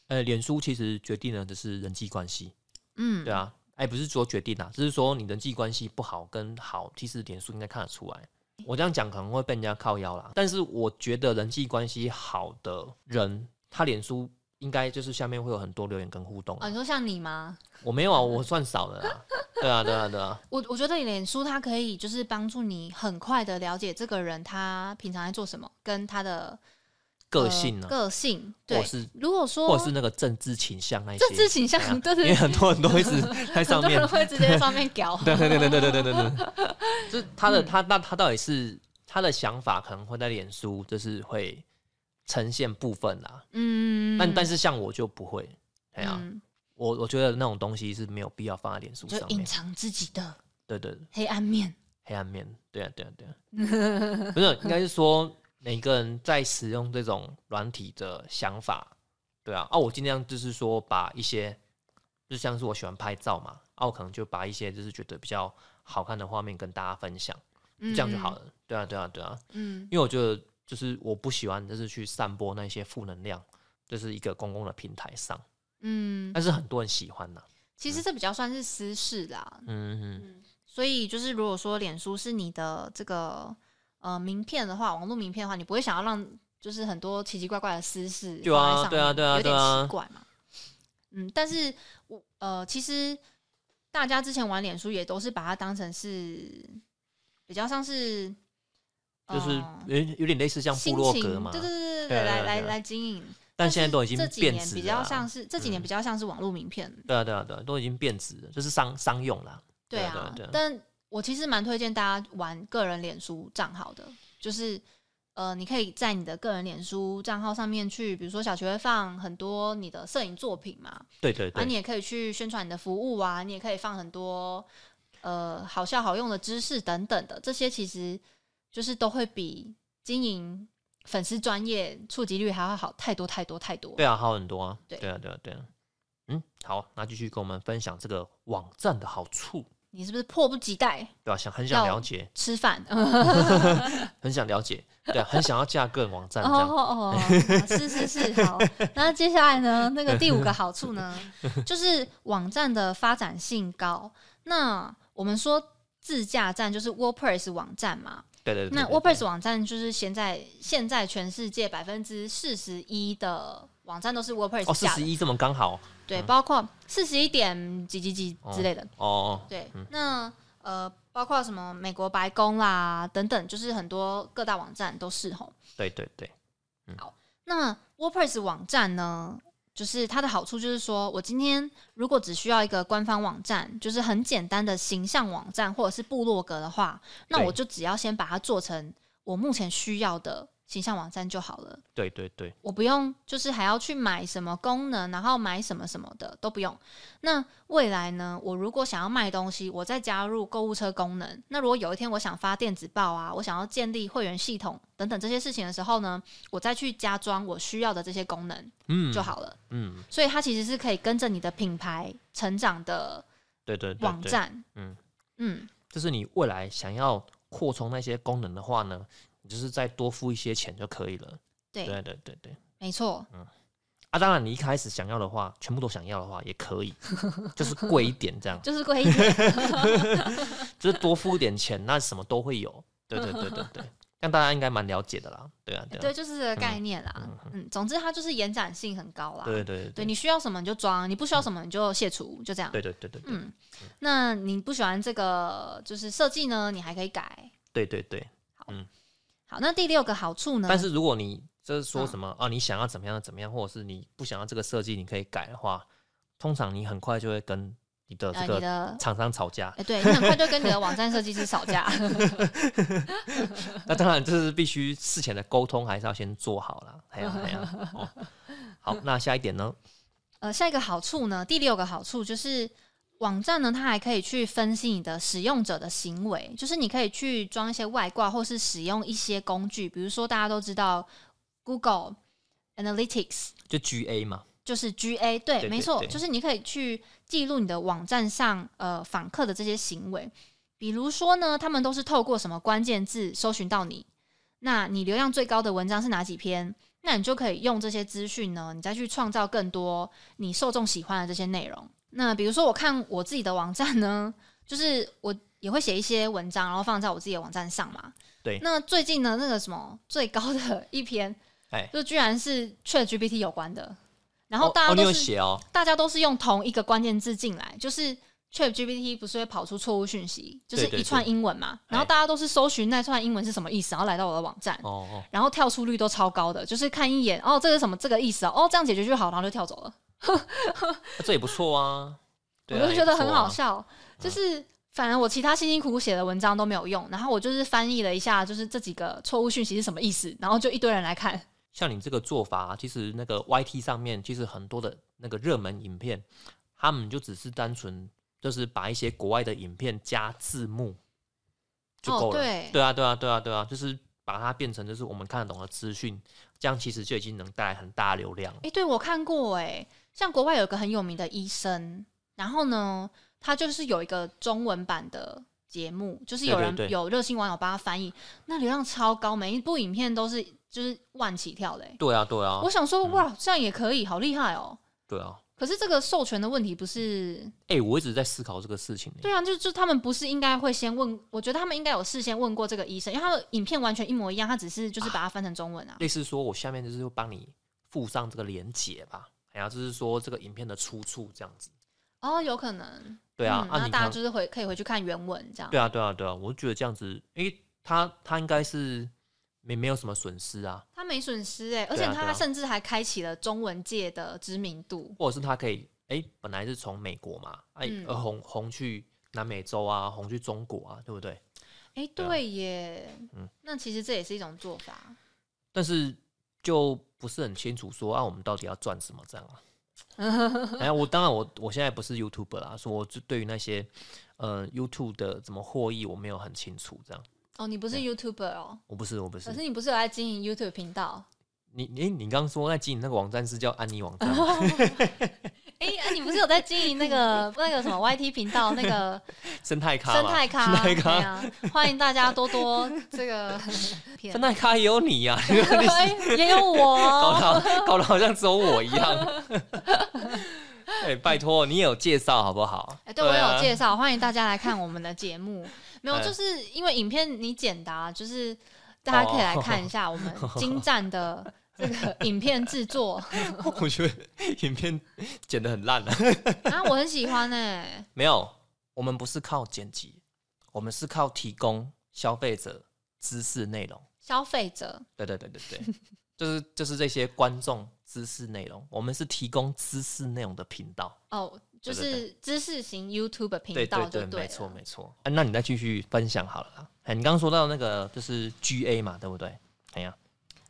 Speaker 1: 呃，脸书其实决定了的是人际关系，
Speaker 2: 嗯，
Speaker 1: 对啊。哎，不是说决定啊，只是说你人际关系不好跟好，其实脸书应该看得出来。我这样讲可能会被人家靠腰啦，但是我觉得人际关系好的人，他脸书应该就是下面会有很多留言跟互动啊、
Speaker 2: 啊，你说像你吗？
Speaker 1: 我没有啊，我算少的啦。对啊，对啊，对啊，
Speaker 2: 我我觉得脸书它可以就是帮助你很快的了解这个人他平常在做什么，跟他的
Speaker 1: 个
Speaker 2: 呃
Speaker 1: 性啊，
Speaker 2: 个性
Speaker 1: 或
Speaker 2: 对。
Speaker 1: 是
Speaker 2: 如果
Speaker 1: 或
Speaker 2: 说
Speaker 1: 者是那个政治倾向那一些，
Speaker 2: 政治倾向
Speaker 1: 对啊，
Speaker 2: 对
Speaker 1: 因
Speaker 2: 对，
Speaker 1: 为很多人都一直在
Speaker 2: 很
Speaker 1: 上
Speaker 2: 多
Speaker 1: 面
Speaker 2: 人，会直接在上面搞。
Speaker 1: [LAUGHS] 对对对对对对对对对，就是他的他那他到底是他的想法可能会在脸书，就是会呈现部分啦，
Speaker 2: 嗯，
Speaker 1: 但但是像我就不会，哎呀、
Speaker 2: 嗯
Speaker 1: 我我觉得那种东西是没有必要放在脸书
Speaker 2: 就
Speaker 1: 上
Speaker 2: 隐
Speaker 1: 面，
Speaker 2: 藏自己的
Speaker 1: 对对对，
Speaker 2: 黑暗面。
Speaker 1: 黑暗面，对啊对啊对啊，
Speaker 2: [LAUGHS]
Speaker 1: 不是应该是说每个人在使用这种软体的想法，对啊，啊我尽量就是说把一些，就像是我喜欢拍照嘛，啊我可能就把一些就是觉得比较好看的画面跟大家分享。
Speaker 2: 嗯
Speaker 1: 这样就好。了。对啊，对啊，对啊，
Speaker 2: 嗯，
Speaker 1: 因为我觉得就是我不喜欢就是去散播那些负能量，这、是一个公共的平台上，
Speaker 2: 嗯，
Speaker 1: 但是很多人喜欢呐、
Speaker 2: 其实这比较算是私事啦。
Speaker 1: 嗯嗯，
Speaker 2: 所以就是，如果说脸书是你的这个呃名片的话，网络名片的话，你不会想要让就是很多奇奇怪怪的私事
Speaker 1: 对啊
Speaker 2: 放在上面
Speaker 1: 对啊对啊
Speaker 2: 有点
Speaker 1: 对啊
Speaker 2: 奇怪嘛。嗯，但是我呃，其实大家之前玩脸书也都是把它当成是比较像是
Speaker 1: 就是
Speaker 2: 呃
Speaker 1: 有点有点类似像
Speaker 2: 心
Speaker 1: 部落格
Speaker 2: 情
Speaker 1: 嘛
Speaker 2: 对，对对对
Speaker 1: 对啊对啊
Speaker 2: 来
Speaker 1: 对啊
Speaker 2: 来
Speaker 1: 对啊
Speaker 2: 来经营。
Speaker 1: 但
Speaker 2: 是
Speaker 1: 现在都已经
Speaker 2: 这几
Speaker 1: 变
Speaker 2: 年
Speaker 1: 质
Speaker 2: 比
Speaker 1: 了
Speaker 2: 较
Speaker 1: 啊。
Speaker 2: 像是这几年
Speaker 1: 嗯
Speaker 2: 比较像是网络名片，
Speaker 1: 对啊，对啊，对啊，都已经变质了，就是商商用啦。对
Speaker 2: 啊
Speaker 1: 啊对啊对啊。
Speaker 2: 但我其实蛮推荐大家玩个人脸书账号的，就是呃，你可以在你的个人脸书账号上面去，比如说小学会放很多你的摄影作品嘛，
Speaker 1: 对对
Speaker 2: 啊，
Speaker 1: 对
Speaker 2: 你也可以去宣传你的服务啊，你也可以放很多呃好笑好用的知识等等的，这些其实就是都会比经营粉丝专业触及率还要好太多太多太多。
Speaker 1: 对啊，好很多啊。
Speaker 2: 对
Speaker 1: 对啊，对啊，对啊。嗯，好，那继续跟我们分享这个网站的好处。
Speaker 2: 你是不是迫不及待
Speaker 1: 对吧、想很想
Speaker 2: 要
Speaker 1: 了解，
Speaker 2: 吃饭？
Speaker 1: 很想了解，对、啊，很想要架个人网站
Speaker 2: 哦
Speaker 1: 这样。
Speaker 2: 哦哦，
Speaker 1: [LAUGHS]
Speaker 2: 是是是，好。那接下来呢？那个第五个好处呢，就是网站的发展性高。那我们说自架站就是 WordPress 网站嘛，
Speaker 1: 对对对对
Speaker 2: 那
Speaker 1: 对
Speaker 2: WordPress 网站就是现在现在全世界百分之四十一的网站都是
Speaker 1: 哦，
Speaker 2: WordPress
Speaker 1: 四
Speaker 2: 架
Speaker 1: 十
Speaker 2: 的，
Speaker 1: 一这嗯么刚好
Speaker 2: 对，包括四十一点几几几之类的，
Speaker 1: 哦，
Speaker 2: 对，那呃，包括什么美国白宫啦等等，就是很多各大网站都是吼。
Speaker 1: 对对对，
Speaker 2: 那 WordPress 网站呢，就是它的好处就是说，我今天如果只需要一个官方网站，就是很简单的形象网站或者是部落格的话，那
Speaker 1: 对
Speaker 2: 我就只要先把它做成我目前需要的形象网站就好了。
Speaker 1: 对对对，
Speaker 2: 我不用，就是还要去买什么功能，然后买什么什么的都不用。那未来呢？我如果想要卖东西，我再加入购物车功能。那如果有一天我想发电子报啊，我想要建立会员系统等等这些事情的时候呢，我再去加装我需要的这些功能
Speaker 1: 嗯，
Speaker 2: 就，好了。
Speaker 1: 嗯，
Speaker 2: 所以它其实是可以跟着你的品牌成长的
Speaker 1: 对对对对
Speaker 2: 网站。
Speaker 1: 嗯
Speaker 2: 嗯，
Speaker 1: 就是你未来想要扩充那些功能的话呢，你就是再多付一些钱就可以了。
Speaker 2: 对，
Speaker 1: 对对对对。
Speaker 2: 没错，
Speaker 1: 啊，当然，你一开始想要的话，全部都想要的话也可以，就是贵一点这样，
Speaker 2: 就是贵一点。
Speaker 1: 就是多付一点钱，那什么都会有。对对对对对，但大家应该蛮了解的啦。对啊，对
Speaker 2: 对，
Speaker 1: 啊，
Speaker 2: 就是这个概念啦。嗯，总之它就是延展性很高啦。
Speaker 1: 对对对
Speaker 2: 对
Speaker 1: 对
Speaker 2: 你需要什么你就装，你不需要什么你就卸除，就这样。
Speaker 1: 对对对对对
Speaker 2: 嗯，那你不喜欢这个就是设计呢，你还可以改。
Speaker 1: 对对对。
Speaker 2: 好，那第六个好处呢？
Speaker 1: 但是如果你就是说
Speaker 2: 嗯
Speaker 1: 什么啊，你想要怎么样怎么样，或者是你不想要这个设计，你可以改的话，通常你很快就会跟你的
Speaker 2: 呃，
Speaker 1: 这
Speaker 2: 你
Speaker 1: 个
Speaker 2: 的
Speaker 1: 厂商吵架。
Speaker 2: 哎，对你很快就跟你的网站设计师吵架。 [LAUGHS]
Speaker 1: 那当然，这是必须事前的沟通还是要先做好啦。还有还有，哦好，那下一
Speaker 2: [LAUGHS]
Speaker 1: 点呢？
Speaker 2: 呃，下一个好处呢？第六个好处就是网站呢，它还可以去分析你的使用者的行为，就是你可以去装一些外挂，或是使用一些工具，比如说大家都知道 Google Analytics。
Speaker 1: 就 GA 嘛，
Speaker 2: 就是 GA，对，
Speaker 1: 对
Speaker 2: 没错，
Speaker 1: 对
Speaker 2: 就是你可以去记录你的网站上呃访客的这些行为，比如说呢，他们都是透过什么关键字搜寻到你，那你流量最高的文章是哪几篇？那你就可以用这些资讯呢，你再去创造更多你受众喜欢的这些内容。那比如说，我看我自己的网站呢， [LAUGHS] 就是我也会写一些文章，然后放在我自己的网站上嘛。
Speaker 1: 对
Speaker 2: 那最近呢，那个什么最高的一篇，
Speaker 1: 哎
Speaker 2: 就居然是 ChatGPT 有关的，然后大
Speaker 1: 哦
Speaker 2: 家
Speaker 1: 哦、你
Speaker 2: 都
Speaker 1: 有
Speaker 2: 是、
Speaker 1: 写哦，
Speaker 2: 大家都是用同一个关键字进来，就是 ChatGPT 不是会跑出错误讯息，就是
Speaker 1: 对对
Speaker 2: 一串英文嘛，然后
Speaker 1: 哎
Speaker 2: 大家都是搜寻那串英文是什么意思，然后来到我的网站。
Speaker 1: 哦哦，
Speaker 2: 然后跳出率都超高的，就是看一眼，哦，这是什么这个意思啊？哦，这样解决就好，然后就跳走了。
Speaker 1: 那哦这也不错啊。对啊
Speaker 2: 我就觉得很好。
Speaker 1: 也不错啊
Speaker 2: 笑，就是反正我其他辛辛苦苦写的文章都没有用，然后我就是翻译了一下，就是这几个错误讯息是什么意思，然后就一堆人来看。
Speaker 1: 像你这个做法啊、其实那个 YT 上面其实很多的那个热门影片，他们就只是单纯就是把一些国外的影片加字幕就
Speaker 2: 哦
Speaker 1: 够了。
Speaker 2: 对
Speaker 1: 对啊，对啊，对啊，对啊，就是把它变成就是我们看得懂的资讯，这样其实就已经能带来很大的流量了。
Speaker 2: 诶，对我看过诶，像国外有个很有名的医生，然后呢，他就是有一个中文版的节目，就是有
Speaker 1: 对对
Speaker 2: 人
Speaker 1: 对
Speaker 2: 有热心网友帮他翻译，那流量超高，每一部影片都是就是万起跳的诶、
Speaker 1: 对啊，对啊
Speaker 2: 我，想说，哇，这样也可以，好厉害哦！
Speaker 1: 对啊。
Speaker 2: 可是这个授权的问题不是
Speaker 1: 哎、我一直在思考这个事情、欸。
Speaker 2: 对啊，就就他们不是应该会先问？我觉得他们应该有事先问过这个医生，因为他的影片完全一模一样，他只是就是把它翻成中文啊。
Speaker 1: 类似说，我下面就是会帮你附上这个连结吧，然后就是说这个影片的出处这样子。
Speaker 2: 哦，有可能。
Speaker 1: 对啊，
Speaker 2: 嗯
Speaker 1: 啊，
Speaker 2: 那
Speaker 1: 你
Speaker 2: 大家
Speaker 1: 看
Speaker 2: 就是回可以回去看原文这样。
Speaker 1: 对啊，对啊，对啊，我就觉得这样子，因为他他应该是没没有什么损失啊，
Speaker 2: 他没损失哎、而
Speaker 1: 对
Speaker 2: 且
Speaker 1: 啊对
Speaker 2: 他
Speaker 1: 啊
Speaker 2: 甚至还开启了中文界的知名度。
Speaker 1: 或者是他可以，哎、本来是从美国嘛，哎、
Speaker 2: 嗯
Speaker 1: 而红红去南美洲啊，红去中国啊，对不对？
Speaker 2: 哎、
Speaker 1: 对啊
Speaker 2: 对耶。
Speaker 1: 嗯
Speaker 2: 那其实这也是一种做法。
Speaker 1: 但是就不是很清楚说啊，我们到底要赚什么这样啊。
Speaker 2: [LAUGHS]
Speaker 1: 哎，我当然我我现在不是 YouTube 啦，所以我就对于那些呃 YouTube 的怎么获益，我没有很清楚这样。
Speaker 2: 哦，你不是 YouTuber 哦，
Speaker 1: 我不是，我
Speaker 2: [LAUGHS]
Speaker 1: 不
Speaker 2: 可
Speaker 1: 是
Speaker 2: 是。你不是有在经营 [LAUGHS] YouTube 频道？ [LAUGHS]
Speaker 1: 你你你刚刚说在经营那个网站是叫安妮网站吗？
Speaker 2: 哎、啊你不是有在经营那个那个什么 YT 频道那个
Speaker 1: 生态咖嘛，
Speaker 2: 生态咖？
Speaker 1: 生态
Speaker 2: 对
Speaker 1: 咖，
Speaker 2: 啊，欢迎大家多
Speaker 1: [LAUGHS]
Speaker 2: 多这个片
Speaker 1: 生态咖也有你呀、
Speaker 2: 哎也有我
Speaker 1: 搞
Speaker 2: 哦，
Speaker 1: 得好搞得好像只有我一样。哎、拜托，你也有介绍好不好？
Speaker 2: 哎，对我有介
Speaker 1: 绍、
Speaker 2: 绍，欢迎大家来看我们的节目。没有，
Speaker 1: 啊哎
Speaker 2: 就是因为影片你剪的、啊，就是大家可以
Speaker 1: 哦
Speaker 2: 来看一下我
Speaker 1: [LAUGHS]
Speaker 2: 们精湛的这个影片制作
Speaker 1: [LAUGHS] 我觉得影片剪得很烂啊。 [LAUGHS]
Speaker 2: 啊，我很喜欢哎、
Speaker 1: 没有，我们不是靠剪辑，我们是靠提供消费者知识内容。
Speaker 2: 消费者
Speaker 1: 对对对对对，就是就是这些观众知识内容，我们是提供知识内容的频道。
Speaker 2: 哦，就
Speaker 1: 对对
Speaker 2: 是知识型 YouTube 频
Speaker 1: 对
Speaker 2: 道就
Speaker 1: 对，
Speaker 2: 了
Speaker 1: 没错没错、啊。那你再继续分享好了啦。哎，你刚刚说到那个就是 GA 嘛，对不对？哎呀，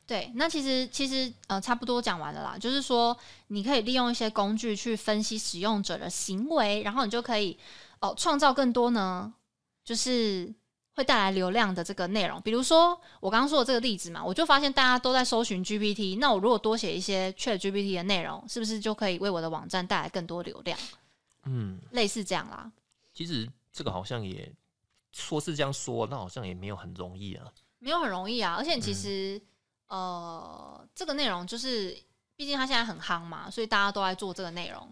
Speaker 2: 对，那其实其实呃，差不多讲完了啦。就是说，你可以利用一些工具去分析使用者的行为，然后你就可以哦，创造更多呢，就是会带来流量的这个内容。比如说我刚刚说的这个例子嘛，我就发现大家都在搜寻 GPT，那我如果多写一些 Chat GPT 的内容，是不是就可以为我的网站带来更多流量？
Speaker 1: 嗯，
Speaker 2: 类似这样啦。
Speaker 1: 其实这个好像也说是这样说，那好像也没有很容易啊。
Speaker 2: 没有很容易啊，而且其
Speaker 1: 嗯
Speaker 2: 实、呃，这个内容就是，毕竟它现在很夯嘛，所以大家都在做这个内容。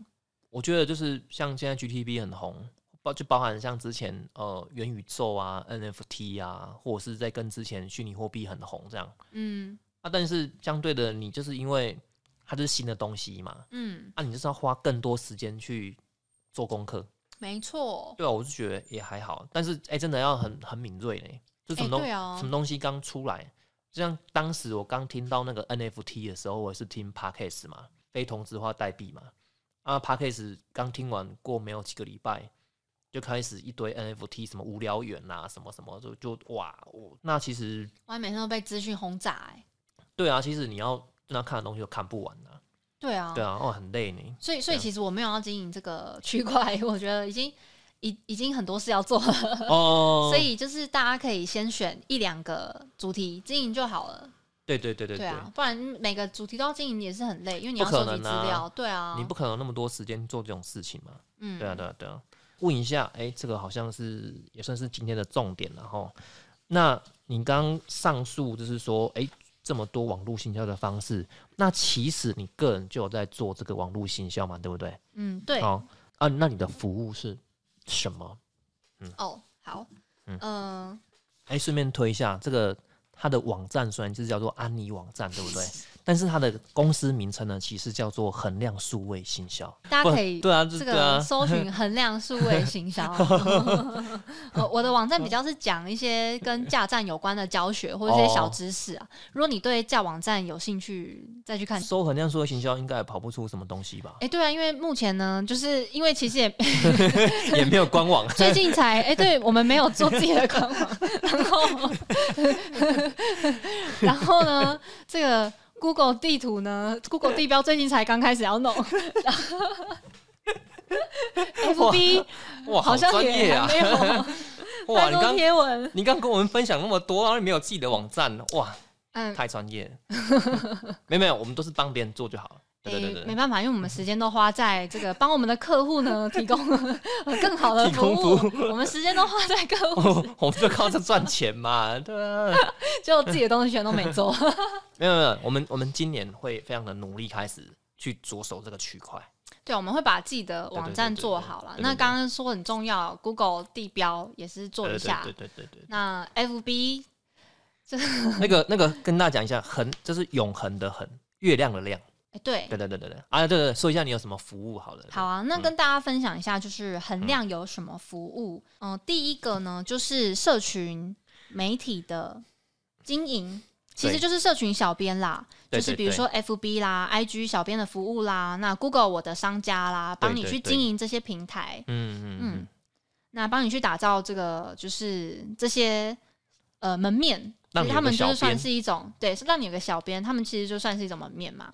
Speaker 1: 我觉得就是像现在 GTB 很红，包就包含像之前呃元宇宙啊、NFT 啊，或者是在跟之前虚拟货币很红这样
Speaker 2: 嗯
Speaker 1: 啊。但是相对的，你就是因为它就是新的东西嘛，
Speaker 2: 嗯，
Speaker 1: 啊，你就是要花更多时间去做功课。
Speaker 2: 没错，
Speaker 1: 对啊，我是觉得也还好，但是哎、真的要很很敏锐嘞，就什么
Speaker 2: 哎
Speaker 1: 东、
Speaker 2: 对啊
Speaker 1: 什么东西刚出来，就像当时我刚听到那个 NFT 的时候，我也是听 Podcast 嘛，非同质化代币嘛，啊 Podcast 刚听完过没有几个礼拜，就开始一堆 NFT 什么无聊猿啦、什么什么就就哇，我那其实
Speaker 2: 我还每天都被资讯轰炸、哎，
Speaker 1: 对啊，其实你要那看的东西都看不完啊，
Speaker 2: 对啊，
Speaker 1: 对啊，哦很累呢，
Speaker 2: 所以所以
Speaker 1: 对啊
Speaker 2: 其实我没有要经营这个区块， [LAUGHS] 我觉得已经已已经很多事要做了，
Speaker 1: 哦，
Speaker 2: [LAUGHS] 所以就是大家可以先选一两个主题经营就好了，
Speaker 1: 对对对对
Speaker 2: 对啊，不然每个主题都要经营也是很累，因为你要
Speaker 1: 不可
Speaker 2: 收集资
Speaker 1: 能啊
Speaker 2: 料，对啊，
Speaker 1: 你不可能有那么多时间做这种事情嘛。
Speaker 2: 嗯，
Speaker 1: 对啊，对啊，对啊。问一下，哎、这个好像是也算是今天的重点了哈。那你刚上述就是说，哎、这么多网络行销的方式，那其实你个人就有在做这个网络行销嘛，对不对？
Speaker 2: 嗯，对，
Speaker 1: 好啊，那你的服务是什么？
Speaker 2: 哦，好，
Speaker 1: 嗯
Speaker 2: 嗯、
Speaker 1: 哎、顺便推一下，这个它的网站虽然就是叫做安妮网站，对不
Speaker 2: [LAUGHS]
Speaker 1: 对？但是它的公司名称呢，其实叫做衡量数位行销。
Speaker 2: 大家可以
Speaker 1: 不对啊，这
Speaker 2: 这
Speaker 1: 对啊
Speaker 2: 个搜寻衡量数位行
Speaker 1: [LAUGHS]
Speaker 2: 销。呃我的网站比较是讲一些跟架站有关的教学或者一些
Speaker 1: 哦
Speaker 2: 小知识啊。如果你对架网站有兴趣，再去看。
Speaker 1: 搜衡量数位行销应该也跑不出什么东西
Speaker 2: [LAUGHS]
Speaker 1: 吧？
Speaker 2: 哎、对啊，因为目前呢，就是因为其实也 [LAUGHS]
Speaker 1: 也没有官网。
Speaker 2: 最近才哎、对我们没有做自己的官网，然后 [LAUGHS] 然后呢，这个 Google 地图呢，Google 地标最近才刚开始要弄 [LAUGHS] ，FB
Speaker 1: 哇，
Speaker 2: 好像
Speaker 1: 专业
Speaker 2: 也
Speaker 1: 啊
Speaker 2: 还！没
Speaker 1: [LAUGHS]
Speaker 2: 有
Speaker 1: 哇，
Speaker 2: 太
Speaker 1: 你
Speaker 2: 多
Speaker 1: 刚
Speaker 2: 贴文。
Speaker 1: 你刚跟我们分享那么多，然后你没有自己的网站，
Speaker 2: [LAUGHS]
Speaker 1: 哇，
Speaker 2: 嗯，
Speaker 1: 太专业了。没有没有，我们都是帮别人做就好了。对对对
Speaker 2: 哎没 [LAUGHS]
Speaker 1: 对，
Speaker 2: 办法，因为我们时间都花在这个帮我们的客户呢提供更好的
Speaker 1: 提
Speaker 2: 服
Speaker 1: 供
Speaker 2: 务，
Speaker 1: [LAUGHS] 服
Speaker 2: 我们时间都花在客户，
Speaker 1: [LAUGHS] 我我们就靠这赚钱嘛， [LAUGHS] 对啊。
Speaker 2: 就自己的东西全都没 [LAUGHS] 做。
Speaker 1: 没有没有，我们我们今年会非常的努力，开始去着手这个区块。
Speaker 2: 对，我们会把自己的网站做好了
Speaker 1: 对对对对。对
Speaker 2: 那刚刚说很重要，Google 地标也是做一
Speaker 1: 对
Speaker 2: 下
Speaker 1: 对。对对对
Speaker 2: 那 FB
Speaker 1: 对，那个那个跟大家讲一下，恒就是永恒的恒，月亮的亮。
Speaker 2: 哎对
Speaker 1: 对。对对对对，啊对对，对说一下你有什么服务好了。
Speaker 2: 好啊，那
Speaker 1: 嗯
Speaker 2: 跟大家分享一下，就是衡量有什么服务。嗯、第一个呢，就是社群媒体的经营，其实
Speaker 1: 对
Speaker 2: 就是社群小编啦，
Speaker 1: 对
Speaker 2: 就是
Speaker 1: 对
Speaker 2: 比如
Speaker 1: 对
Speaker 2: 说 FB 啦、IG 小编的服务啦，那 Google 我的商家啦，帮你
Speaker 1: 对
Speaker 2: 去
Speaker 1: 对
Speaker 2: 经营这些平台，
Speaker 1: 嗯嗯嗯
Speaker 2: 嗯，那帮你去打造这个就是这些呃门面。
Speaker 1: 让
Speaker 2: 其
Speaker 1: 你
Speaker 2: 实
Speaker 1: 有
Speaker 2: 他们
Speaker 1: 个
Speaker 2: 就
Speaker 1: 小
Speaker 2: 是算
Speaker 1: 编
Speaker 2: 是一种，对，是让你有个小编，他们其实就算是一种门面嘛。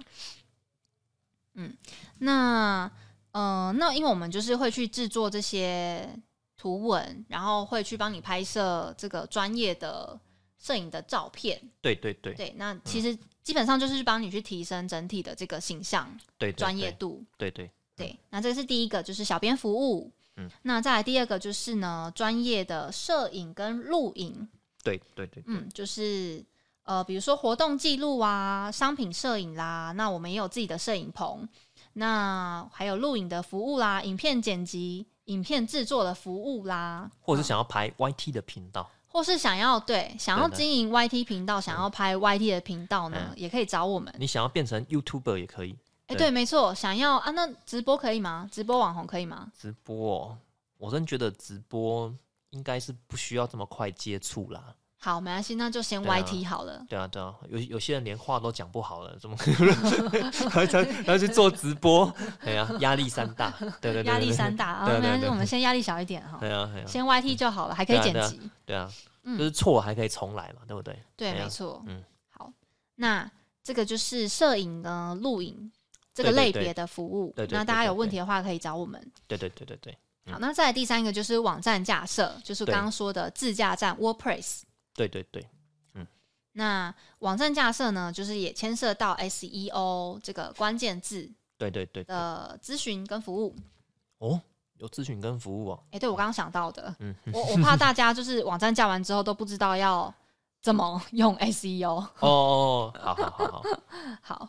Speaker 2: 嗯，那呃，那因为我们就是会去制作这些图文，然后会去帮你拍摄这个专业的摄影的照片。
Speaker 1: 对对对嗯对
Speaker 2: 对，那其实基本上就是帮你去提升整体的这个形象
Speaker 1: 对，对
Speaker 2: 专业，度。
Speaker 1: 对对
Speaker 2: 对，那这个是第一个，就是小编服务。
Speaker 1: 嗯，
Speaker 2: 那再来第二个就是呢，专业的摄影跟录影。
Speaker 1: 对对对，
Speaker 2: 嗯，就是呃，比如说活动记录啊、商品摄影啦，那我们也有自己的摄影棚，那还有录影的服务啦、影片剪辑、影片制作的服务啦，
Speaker 1: 或
Speaker 2: 嗯
Speaker 1: 者是想要拍 YT 的频道，
Speaker 2: 或是想要对想要
Speaker 1: 对的
Speaker 2: 经营 YT 频道、想要拍 YT 的频道呢，
Speaker 1: 嗯
Speaker 2: 也可以找我们。
Speaker 1: 你想要变成 YouTuber 也可以，
Speaker 2: 哎、
Speaker 1: 对
Speaker 2: 对，没错，想要啊，那直播可以吗？直播网红可以吗？
Speaker 1: 直播、哦，我真觉得直播应该是不需要这么快接触啦。
Speaker 2: 好，没关系，那就先
Speaker 1: 对啊
Speaker 2: YT 好了。
Speaker 1: 对啊，对啊，有有些人连话都讲不好了，怎么可能还才还去做直播？哎呀，压力山大，对对对对，
Speaker 2: 压力
Speaker 1: 对
Speaker 2: 山大啊，没
Speaker 1: 对对
Speaker 2: 关系，
Speaker 1: 对
Speaker 2: 我们先压力小一点哈，
Speaker 1: 对啊，对啊，
Speaker 2: 先 YT 就好了，还可以
Speaker 1: 对
Speaker 2: 剪
Speaker 1: 啊对啊
Speaker 2: 辑。
Speaker 1: 对啊，
Speaker 2: 嗯
Speaker 1: 就是错还可以重来嘛，对不对？
Speaker 2: 对，
Speaker 1: 哎呀
Speaker 2: 没错。
Speaker 1: 嗯
Speaker 2: 好，那这个就是摄影呢、录影这个
Speaker 1: 对对
Speaker 2: 类
Speaker 1: 对
Speaker 2: 别的服务。
Speaker 1: 对对
Speaker 2: 那
Speaker 1: 对
Speaker 2: 大家
Speaker 1: 对
Speaker 2: 有问
Speaker 1: 对
Speaker 2: 题的话，可以找我们。
Speaker 1: 对对对对对嗯
Speaker 2: 好，那再来第三个就是网站架设，就是
Speaker 1: 对
Speaker 2: 刚刚说的自架站 WordPress。
Speaker 1: 对对对，
Speaker 2: 那网站架设呢，就是也牵涉到 SEO 这个关键字
Speaker 1: 对对对对
Speaker 2: 的咨询跟服务。
Speaker 1: 哦，有咨询跟服务哦，
Speaker 2: 诶，对我刚刚想到的，
Speaker 1: 嗯 [LAUGHS]
Speaker 2: 我我怕大家就是网站架完之后都不知道要怎么用 [LAUGHS] SEO。
Speaker 1: 哦哦，哦好好好好，
Speaker 2: 好，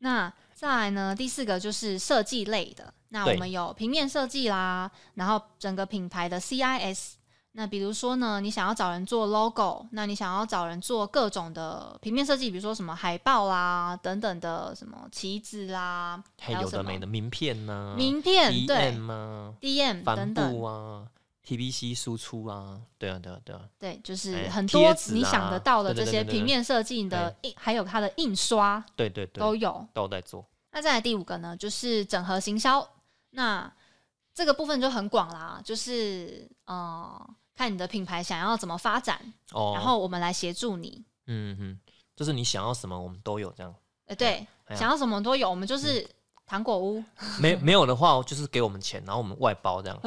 Speaker 2: 那再来呢？第四个就是设计类的。那我
Speaker 1: 对
Speaker 2: 们有平面设计啦，然后整个品牌的 CIS。那比如说呢，你想要找人做 logo，那你想要找人做各种的平面设计，比如说什么海报啦等等的，什么旗子啦，
Speaker 1: 还
Speaker 2: 有
Speaker 1: 有
Speaker 2: 什
Speaker 1: 的
Speaker 2: 么
Speaker 1: 没的名片呢、
Speaker 2: 名片、对
Speaker 1: DM 啊，
Speaker 2: DM 等
Speaker 1: 帆布
Speaker 2: 等，
Speaker 1: 啊，TBC 输出啊，对啊对啊对啊，
Speaker 2: 对，就是
Speaker 1: 哎
Speaker 2: 很
Speaker 1: 贴
Speaker 2: 多
Speaker 1: 纸
Speaker 2: 你想
Speaker 1: 啊
Speaker 2: 得到的这
Speaker 1: 对对
Speaker 2: 些
Speaker 1: 对对
Speaker 2: 平
Speaker 1: 对
Speaker 2: 面设计的印，还有它的印刷
Speaker 1: 对对
Speaker 2: 都
Speaker 1: 对，都
Speaker 2: 有。
Speaker 1: 都在做，
Speaker 2: 那再来第五个呢，就是整合行销。那这个部分就很广啦，就是呃，看你的品牌想要怎么发展，
Speaker 1: 哦，
Speaker 2: 然后我们来协助你。
Speaker 1: 嗯嗯，就是你想要什么我们都有这样，
Speaker 2: 呃，对，
Speaker 1: 哎呀嗯
Speaker 2: 想要什么都有，我们就是糖果屋。
Speaker 1: 没没有的话就是给我们钱，然后我们外
Speaker 2: [LAUGHS]
Speaker 1: 包这样，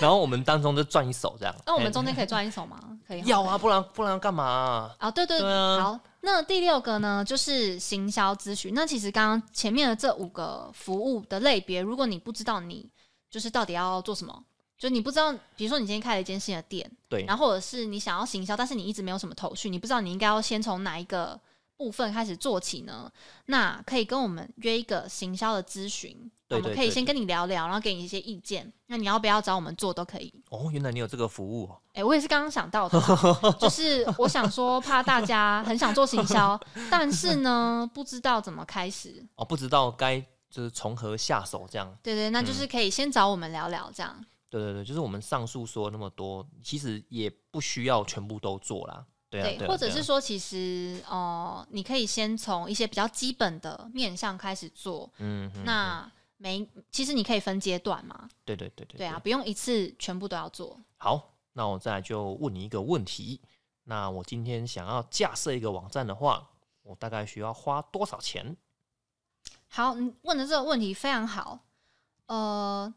Speaker 1: 然后我们当中就赚一手这样，
Speaker 2: 那我们
Speaker 1: 哎
Speaker 2: 中间可以赚一手吗？可以。
Speaker 1: 要啊，不然不然要干嘛啊、
Speaker 2: 啊，对对
Speaker 1: 对啊
Speaker 2: 好。那第六个呢，就是行销咨询。那其实刚刚前面的这五个服务的类别，如果你不知道你就是到底要做什么，就你不知道，比如说你今天开了一间新的店，
Speaker 1: 对
Speaker 2: 然后或者是你想要行销，但是你一直没有什么头绪，你不知道你应该要先从哪一个部分开始做起呢？那可以跟我们约一个行销的咨询，
Speaker 1: 对
Speaker 2: 我们
Speaker 1: 对
Speaker 2: 可以
Speaker 1: 对
Speaker 2: 先
Speaker 1: 对
Speaker 2: 跟你聊聊，然后给你一些意见。那你要不要找我们做都可以。
Speaker 1: 哦，原来你有这个服务、哦，
Speaker 2: 哎、我也是刚刚想到的，
Speaker 1: [LAUGHS]
Speaker 2: 就是我想说，怕大家很想做行销，但是呢，不知道怎么开始。
Speaker 1: 哦，不知道该就是从何下手这样。
Speaker 2: 对对，那就是可以先找我们聊聊这样。
Speaker 1: 对对对，就是我们上述说那么多，其实也不需要全部都做啦。对啊，对啊
Speaker 2: 或者
Speaker 1: 对啊
Speaker 2: 是说，其实哦、呃你可以先从一些比较基本的面向开始做。
Speaker 1: 嗯，嗯
Speaker 2: 那每其实你可以分阶段嘛，
Speaker 1: 对对对对
Speaker 2: 对啊，。不用一次全部都要做。
Speaker 1: 好，那我再来就问你一个问题。那我今天想要架设一个网站的话，我大概需要花多少钱？
Speaker 2: 好，你问的这个问题非常好。呃，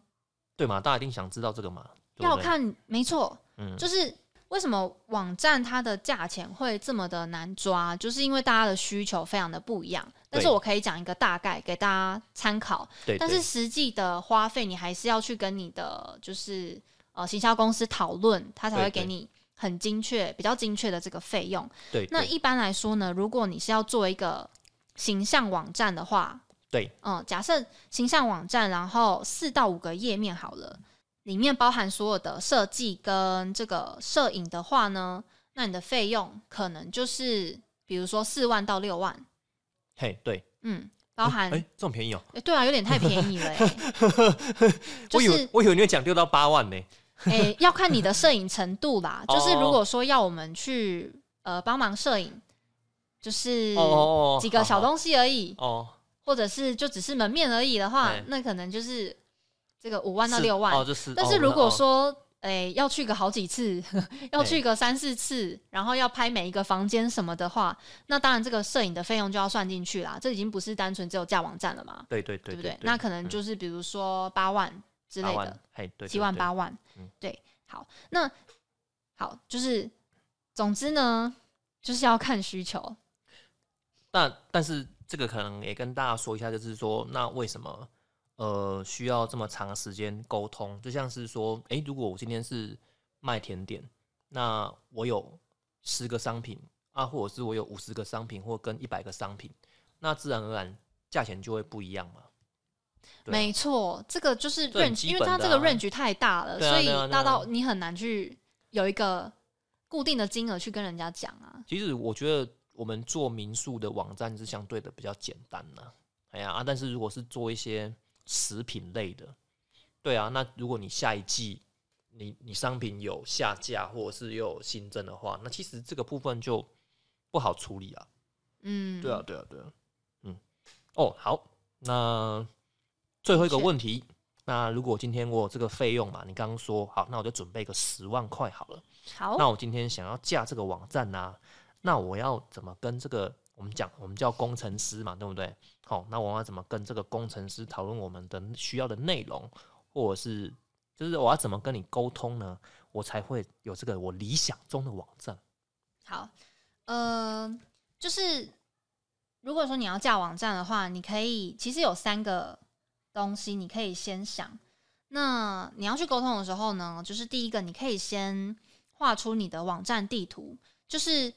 Speaker 1: 对嘛？大家一定想知道这个嘛？对
Speaker 2: 要
Speaker 1: 不对，
Speaker 2: 看，没错，
Speaker 1: 嗯，
Speaker 2: 就是为什么网站它的价钱会这么的难抓，就是因为大家的需求非常的不一样。但是我可以讲一个大概给大家参考，
Speaker 1: 对，
Speaker 2: 但是
Speaker 1: 对
Speaker 2: 实际的花费你还是要去跟你的就是呃行销公司讨论，他才会
Speaker 1: 对对
Speaker 2: 给你很精确、比较精确的这个费用。
Speaker 1: 对，
Speaker 2: 那
Speaker 1: 对
Speaker 2: 一般来说呢，如果你是要做一个形象网站的话，
Speaker 1: 对，
Speaker 2: 嗯，假设形象网站，然后四到五个页面好了，里面包含所有的设计跟这个摄影的话呢，那你的费用可能就是比如说四万到六万，
Speaker 1: 嘿，对，
Speaker 2: 嗯，包含、
Speaker 1: 哎，这么便宜哦，
Speaker 2: 诶对啊，有点太便宜了、
Speaker 1: [LAUGHS]
Speaker 2: 欸，就
Speaker 1: 我以
Speaker 2: 是
Speaker 1: 为我以为你会讲六到八万呢。
Speaker 2: 哎、要看你的摄影程度
Speaker 1: [LAUGHS]
Speaker 2: 啦。
Speaker 1: 哦
Speaker 2: 就是如果说要我们去呃帮忙摄影，就是
Speaker 1: 哦哦哦，
Speaker 2: 嗯几个
Speaker 1: 好
Speaker 2: 小
Speaker 1: 好
Speaker 2: 东西而已，
Speaker 1: 哦，
Speaker 2: 或者是就只是门面而已的话
Speaker 1: 哎，
Speaker 2: 那可能就是这个五万到
Speaker 1: 是
Speaker 2: 六万。
Speaker 1: 哦，就是。
Speaker 2: 但
Speaker 1: 哦
Speaker 2: 是如
Speaker 1: 那
Speaker 2: 果
Speaker 1: 哦
Speaker 2: 说，诶、要去个好几次， [LAUGHS] 要
Speaker 1: 对
Speaker 2: 去个三四次，然后要拍每一个房间什么的话，那当然这个摄影的费用就要算进去啦。这已经不是单纯只有架网站了嘛，
Speaker 1: 对对对
Speaker 2: 对不对？那可能就是比如说八万之
Speaker 1: 之
Speaker 2: 类的，，
Speaker 1: 嘿，对，对
Speaker 2: 七万，八万
Speaker 1: 嗯，
Speaker 2: 对。好，那好，就是总之呢，就是要看需求。
Speaker 1: 对但但是这个可能也跟大家说一下，就是说，那为什么呃需要这么长的时间沟通？就像是说，诶、如果我今天是卖甜点，那我有十个商品啊，或者是我有五十个商品，或跟一百个商品，那自然而然价钱就会不一样嘛。对啊
Speaker 2: 没错，这个就是
Speaker 1: 这很
Speaker 2: range，、
Speaker 1: 基
Speaker 2: 因为
Speaker 1: 本
Speaker 2: 它
Speaker 1: 的
Speaker 2: 这个
Speaker 1: 啊
Speaker 2: range 太大了，
Speaker 1: 对啊
Speaker 2: 所
Speaker 1: 对啊
Speaker 2: 以
Speaker 1: 对
Speaker 2: 大
Speaker 1: 啊
Speaker 2: 到你很难去有一个固定的金额去跟人家讲啊。
Speaker 1: 其实我觉得我们做民宿的网站是相对的比较简单啦、哎呀啊，但是如果是做一些食品类的，对啊，那如果你下一季你你商品有下架或者是又有新增的话，那其实这个部分就不好处理啊。
Speaker 2: 嗯，
Speaker 1: 对啊，，对啊，对啊，嗯，哦，好，那最后一个
Speaker 2: 是
Speaker 1: 问题，那如果今天我有这个费用嘛，你刚刚说好，那我就准备个十万块好了。那
Speaker 2: 好，
Speaker 1: 我今天想要架这个网站呐、那我要怎么跟这个我们讲，我们叫工程师嘛，对不对？好、那我要怎么跟这个工程师讨论我们的需要的内容，或者是就是我要怎么跟你沟通呢？我才会有这个我理想中的网站。
Speaker 2: 好，呃，就是如果说你要架网站的话，你可以其实有三个东西你可以先想。那你要去沟通的时候呢，就是第一个，你可以先画出你的网站地图，就是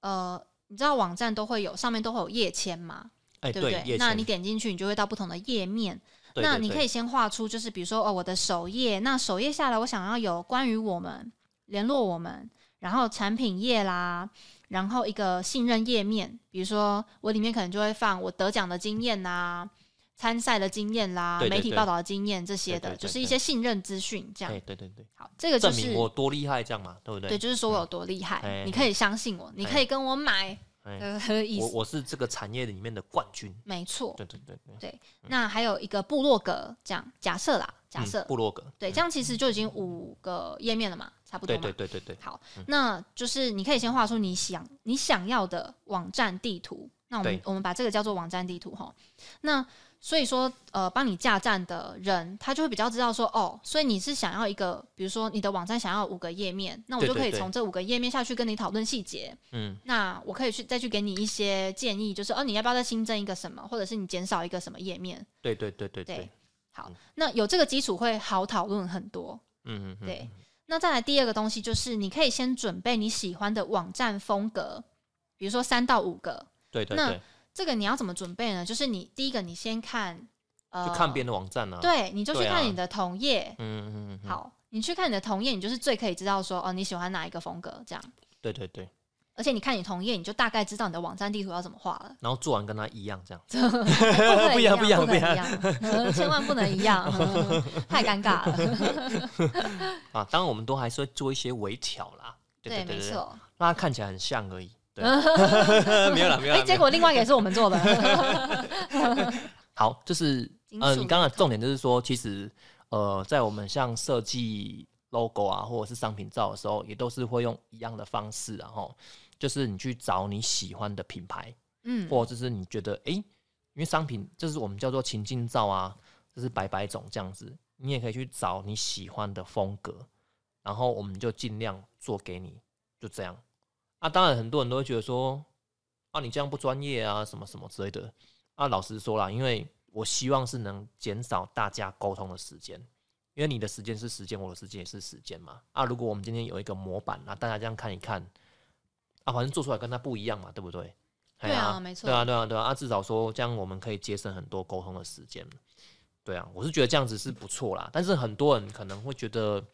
Speaker 2: 呃，你知道网站都会有上面都会有页签嘛，
Speaker 1: 哎、
Speaker 2: 对不对？
Speaker 1: 叶
Speaker 2: 那
Speaker 1: 倩
Speaker 2: 你点进去，你就会到不同的页面。
Speaker 1: 对
Speaker 2: 那
Speaker 1: 对
Speaker 2: 你
Speaker 1: 对
Speaker 2: 可以先画出，就是比如说哦，我的首页，那首页下来，我想要有关于我们联络我们，然后产品页啦，然后一个信任页面，比如说我里面可能就会放我得奖的经验啦、参赛的经验啦、
Speaker 1: 对对
Speaker 2: 媒体
Speaker 1: 对
Speaker 2: 报道的经验这些
Speaker 1: 对
Speaker 2: 的，
Speaker 1: 对对
Speaker 2: 就是
Speaker 1: 对
Speaker 2: 一些信任资讯这
Speaker 1: 哎、
Speaker 2: 样。
Speaker 1: 对对对，
Speaker 2: 好，这个就
Speaker 1: 证
Speaker 2: 是
Speaker 1: 明我多厉害，这样嘛，对不对？
Speaker 2: 对，就是说我有多厉害，
Speaker 1: 哎
Speaker 2: 你可以相信我，你可以跟我买
Speaker 1: 哎
Speaker 2: 的、呃、意
Speaker 1: 我
Speaker 2: 思，
Speaker 1: 我是这个产业里面的冠军。
Speaker 2: 没错。
Speaker 1: 对对对对，
Speaker 2: 对，那还有一个部落格，这样假设啦，假设、
Speaker 1: 嗯嗯、部落格，
Speaker 2: 对，这样其实就已经五个页面了嘛，差不多
Speaker 1: 对
Speaker 2: 嘛。
Speaker 1: 对对对对，嗯
Speaker 2: 好，那就是你可以先画出你想你想要的网站地图。那我们
Speaker 1: 对
Speaker 2: 我们把这个叫做网站地图哈。那所以说，呃，帮你架站的人，他就会比较知道说，哦，所以你是想要一个，比如说你的网站想要有五个页面，那我
Speaker 1: 对
Speaker 2: 就可以
Speaker 1: 对对
Speaker 2: 从这五个页面下去跟你讨论细节。
Speaker 1: 嗯，
Speaker 2: 那我可以去再去给你一些建议，就是哦，你要不要再新增一个什么，或者是你减少一个什么页面？
Speaker 1: 对对对对
Speaker 2: 对
Speaker 1: 对，
Speaker 2: 好，那有这个基础会好讨论很多。
Speaker 1: 嗯嗯嗯，
Speaker 2: 对，那再来第二个东西就是，你可以先准备你喜欢的网站风格，比如说三到五个。
Speaker 1: 对对
Speaker 2: 那
Speaker 1: 对。
Speaker 2: 这个你要怎么准备呢？就是你第一个，你先看，呃，
Speaker 1: 就看别人的网站啊。，
Speaker 2: 对，你就去
Speaker 1: 对啊
Speaker 2: 看你的同业。
Speaker 1: 嗯嗯嗯，，
Speaker 2: 好，你去看你的同业，你就是最可以知道说，哦，你喜欢哪一个风格这样。
Speaker 1: 对对对，
Speaker 2: 而且你看你同业，你就大概知道你的网站地图要怎么画
Speaker 1: [LAUGHS]
Speaker 2: 了。
Speaker 1: 然后做完跟他一样这样，
Speaker 2: 哎不
Speaker 1: 不
Speaker 2: 一
Speaker 1: 一
Speaker 2: 样，
Speaker 1: 样
Speaker 2: 不
Speaker 1: 不
Speaker 2: 一
Speaker 1: 一
Speaker 2: 样，
Speaker 1: 样
Speaker 2: 不能一样，千万不能一
Speaker 1: [LAUGHS]
Speaker 2: 样， [LAUGHS] 太尴尬了。
Speaker 1: 啊，当然我们都还是会做一些微调啦。对
Speaker 2: 没
Speaker 1: 对对，
Speaker 2: 错。
Speaker 1: 让它看起来很像而已。
Speaker 2: [LAUGHS]
Speaker 1: 对，没有啦没有
Speaker 2: 哎，
Speaker 1: 啦。没
Speaker 2: 结
Speaker 1: 有 [LAUGHS]
Speaker 2: 果另外一个也是我们做的，
Speaker 1: 好，就是
Speaker 2: 金
Speaker 1: 呃，
Speaker 2: 属
Speaker 1: 你刚刚的重点就是说，其实呃，在我们像设计 logo 啊，或者是商品照的时候，也都是会用一样的方式、啊，然后就是你去找你喜欢的品牌，
Speaker 2: 嗯，
Speaker 1: 或者是你觉得诶，因为商品就是我们叫做情境照啊，就是百百种这样子，你也可以去找你喜欢的风格，然后我们就尽量做给你，就这样。啊，当然很多人都会觉得说，啊，你这样不专业啊，什么什么之类的。啊，老实说啦，因为我希望是能减少大家沟通的时间。因为你的时间是时间，我的时间也是时间嘛。啊，如果我们今天有一个模板，那、大家这样看一看，啊，反正做出来跟它不一样嘛，对不对？哎
Speaker 2: 对啊
Speaker 1: 呀
Speaker 2: 没错
Speaker 1: 对啊，对啊，对啊。啊，至少说这样我们可以节省很多沟通的时间。对啊，我是觉得这样子是不错啦。但是很多人可能会觉得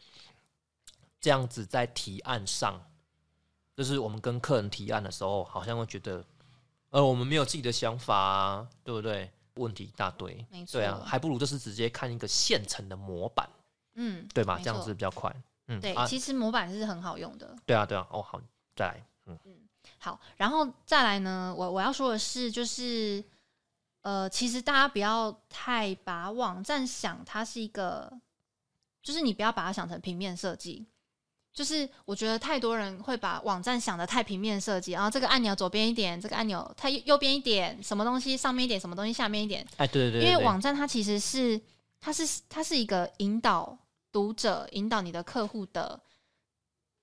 Speaker 1: 这样子在提案上，就是我们跟客人提案的时候，好像会觉得，呃，我们没有自己的想法啊，对不对？问题一大堆，
Speaker 2: 没错
Speaker 1: 对啊，还不如就是直接看一个现成的模板，
Speaker 2: 嗯，
Speaker 1: 对吧？
Speaker 2: 没
Speaker 1: 这样
Speaker 2: 错
Speaker 1: 子比较快。嗯，
Speaker 2: 对，
Speaker 1: 啊，
Speaker 2: 其实模板是很好用的。
Speaker 1: 对啊，对啊。哦，好，再来。嗯，
Speaker 2: 好，然后再来呢，我我要说的是，就是呃，其实大家不要太把网站想它是一个，就是你不要把它想成平面设计。就是我觉得太多人会把网站想的太平面设计，然后这个按钮左边一点，这个按钮太右右边一点，什么东西上面一点，什么东西下面一点，
Speaker 1: 哎，对对对对
Speaker 2: 因为
Speaker 1: 对
Speaker 2: 网站它其实是它是它是一个引导读者、引导你的客户的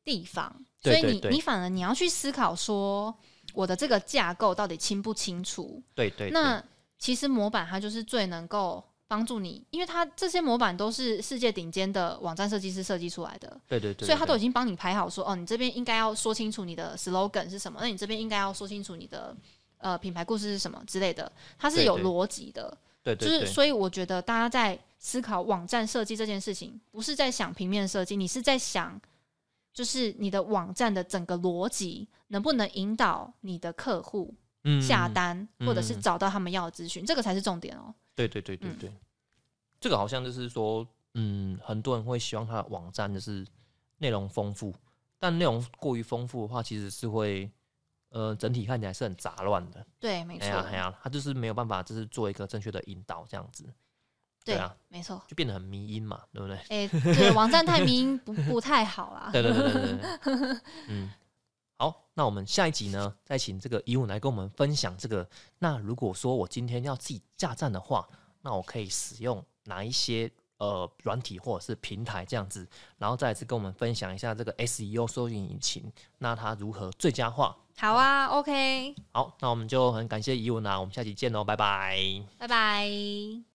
Speaker 2: 地方，所
Speaker 1: 对
Speaker 2: 以
Speaker 1: 对
Speaker 2: 你
Speaker 1: 对
Speaker 2: 你反而你要去思考说，我的这个架构到底清不清楚？
Speaker 1: 对对，
Speaker 2: 那其实模板它就是最能够帮助你，因为它这些模板都是世界顶尖的网站设计师设计出来的，
Speaker 1: 对对对对，
Speaker 2: 所以他都已
Speaker 1: 对
Speaker 2: 经帮你排好说，哦，你这边应该要说清楚你的 slogan 是什么，那你这边应该要说清楚你的呃品牌故事是什么之类的，它是
Speaker 1: 对
Speaker 2: 有
Speaker 1: 对
Speaker 2: 逻辑的。
Speaker 1: 对
Speaker 2: 就
Speaker 1: 对
Speaker 2: 是
Speaker 1: 对
Speaker 2: 所以我觉得大家在思考网站设计这件事情，不是在想平面设计，你是在想就是你的网站的整个逻辑能不能引导你的客户
Speaker 1: 嗯
Speaker 2: 下
Speaker 1: 嗯
Speaker 2: 单，或者是
Speaker 1: 嗯
Speaker 2: 找到他们要的资讯，这个才是重点哦、
Speaker 1: 对对对对
Speaker 2: 嗯
Speaker 1: 对，这个好像就是说，嗯，很多人会希望他的网站就是内容丰富，但内容过于丰富的话，其实是会呃整体看起来是很杂乱的。
Speaker 2: 对，没
Speaker 1: 哎
Speaker 2: 错，
Speaker 1: 呀哎呀，他就是没有办法，就是做一个正确的引导，这样子对
Speaker 2: 对
Speaker 1: 啊
Speaker 2: 没错。
Speaker 1: 就变得很迷因嘛，对不对？
Speaker 2: 哎、对，网站太明不不太好啦。
Speaker 1: [LAUGHS] 对对对对对对，嗯。好，那我们下一集呢，再请这个以武来跟我们分享这个。那如果说我今天要自己架站的话，那我可以使用哪一些呃软体或者是平台这样子，然后再次跟我们分享一下这个 SEO 搜索引擎，那它如何最佳化。
Speaker 2: 好啊，OK，
Speaker 1: 好，那我们就很感谢以武啦，我们下期见喽，拜拜。
Speaker 2: 拜拜。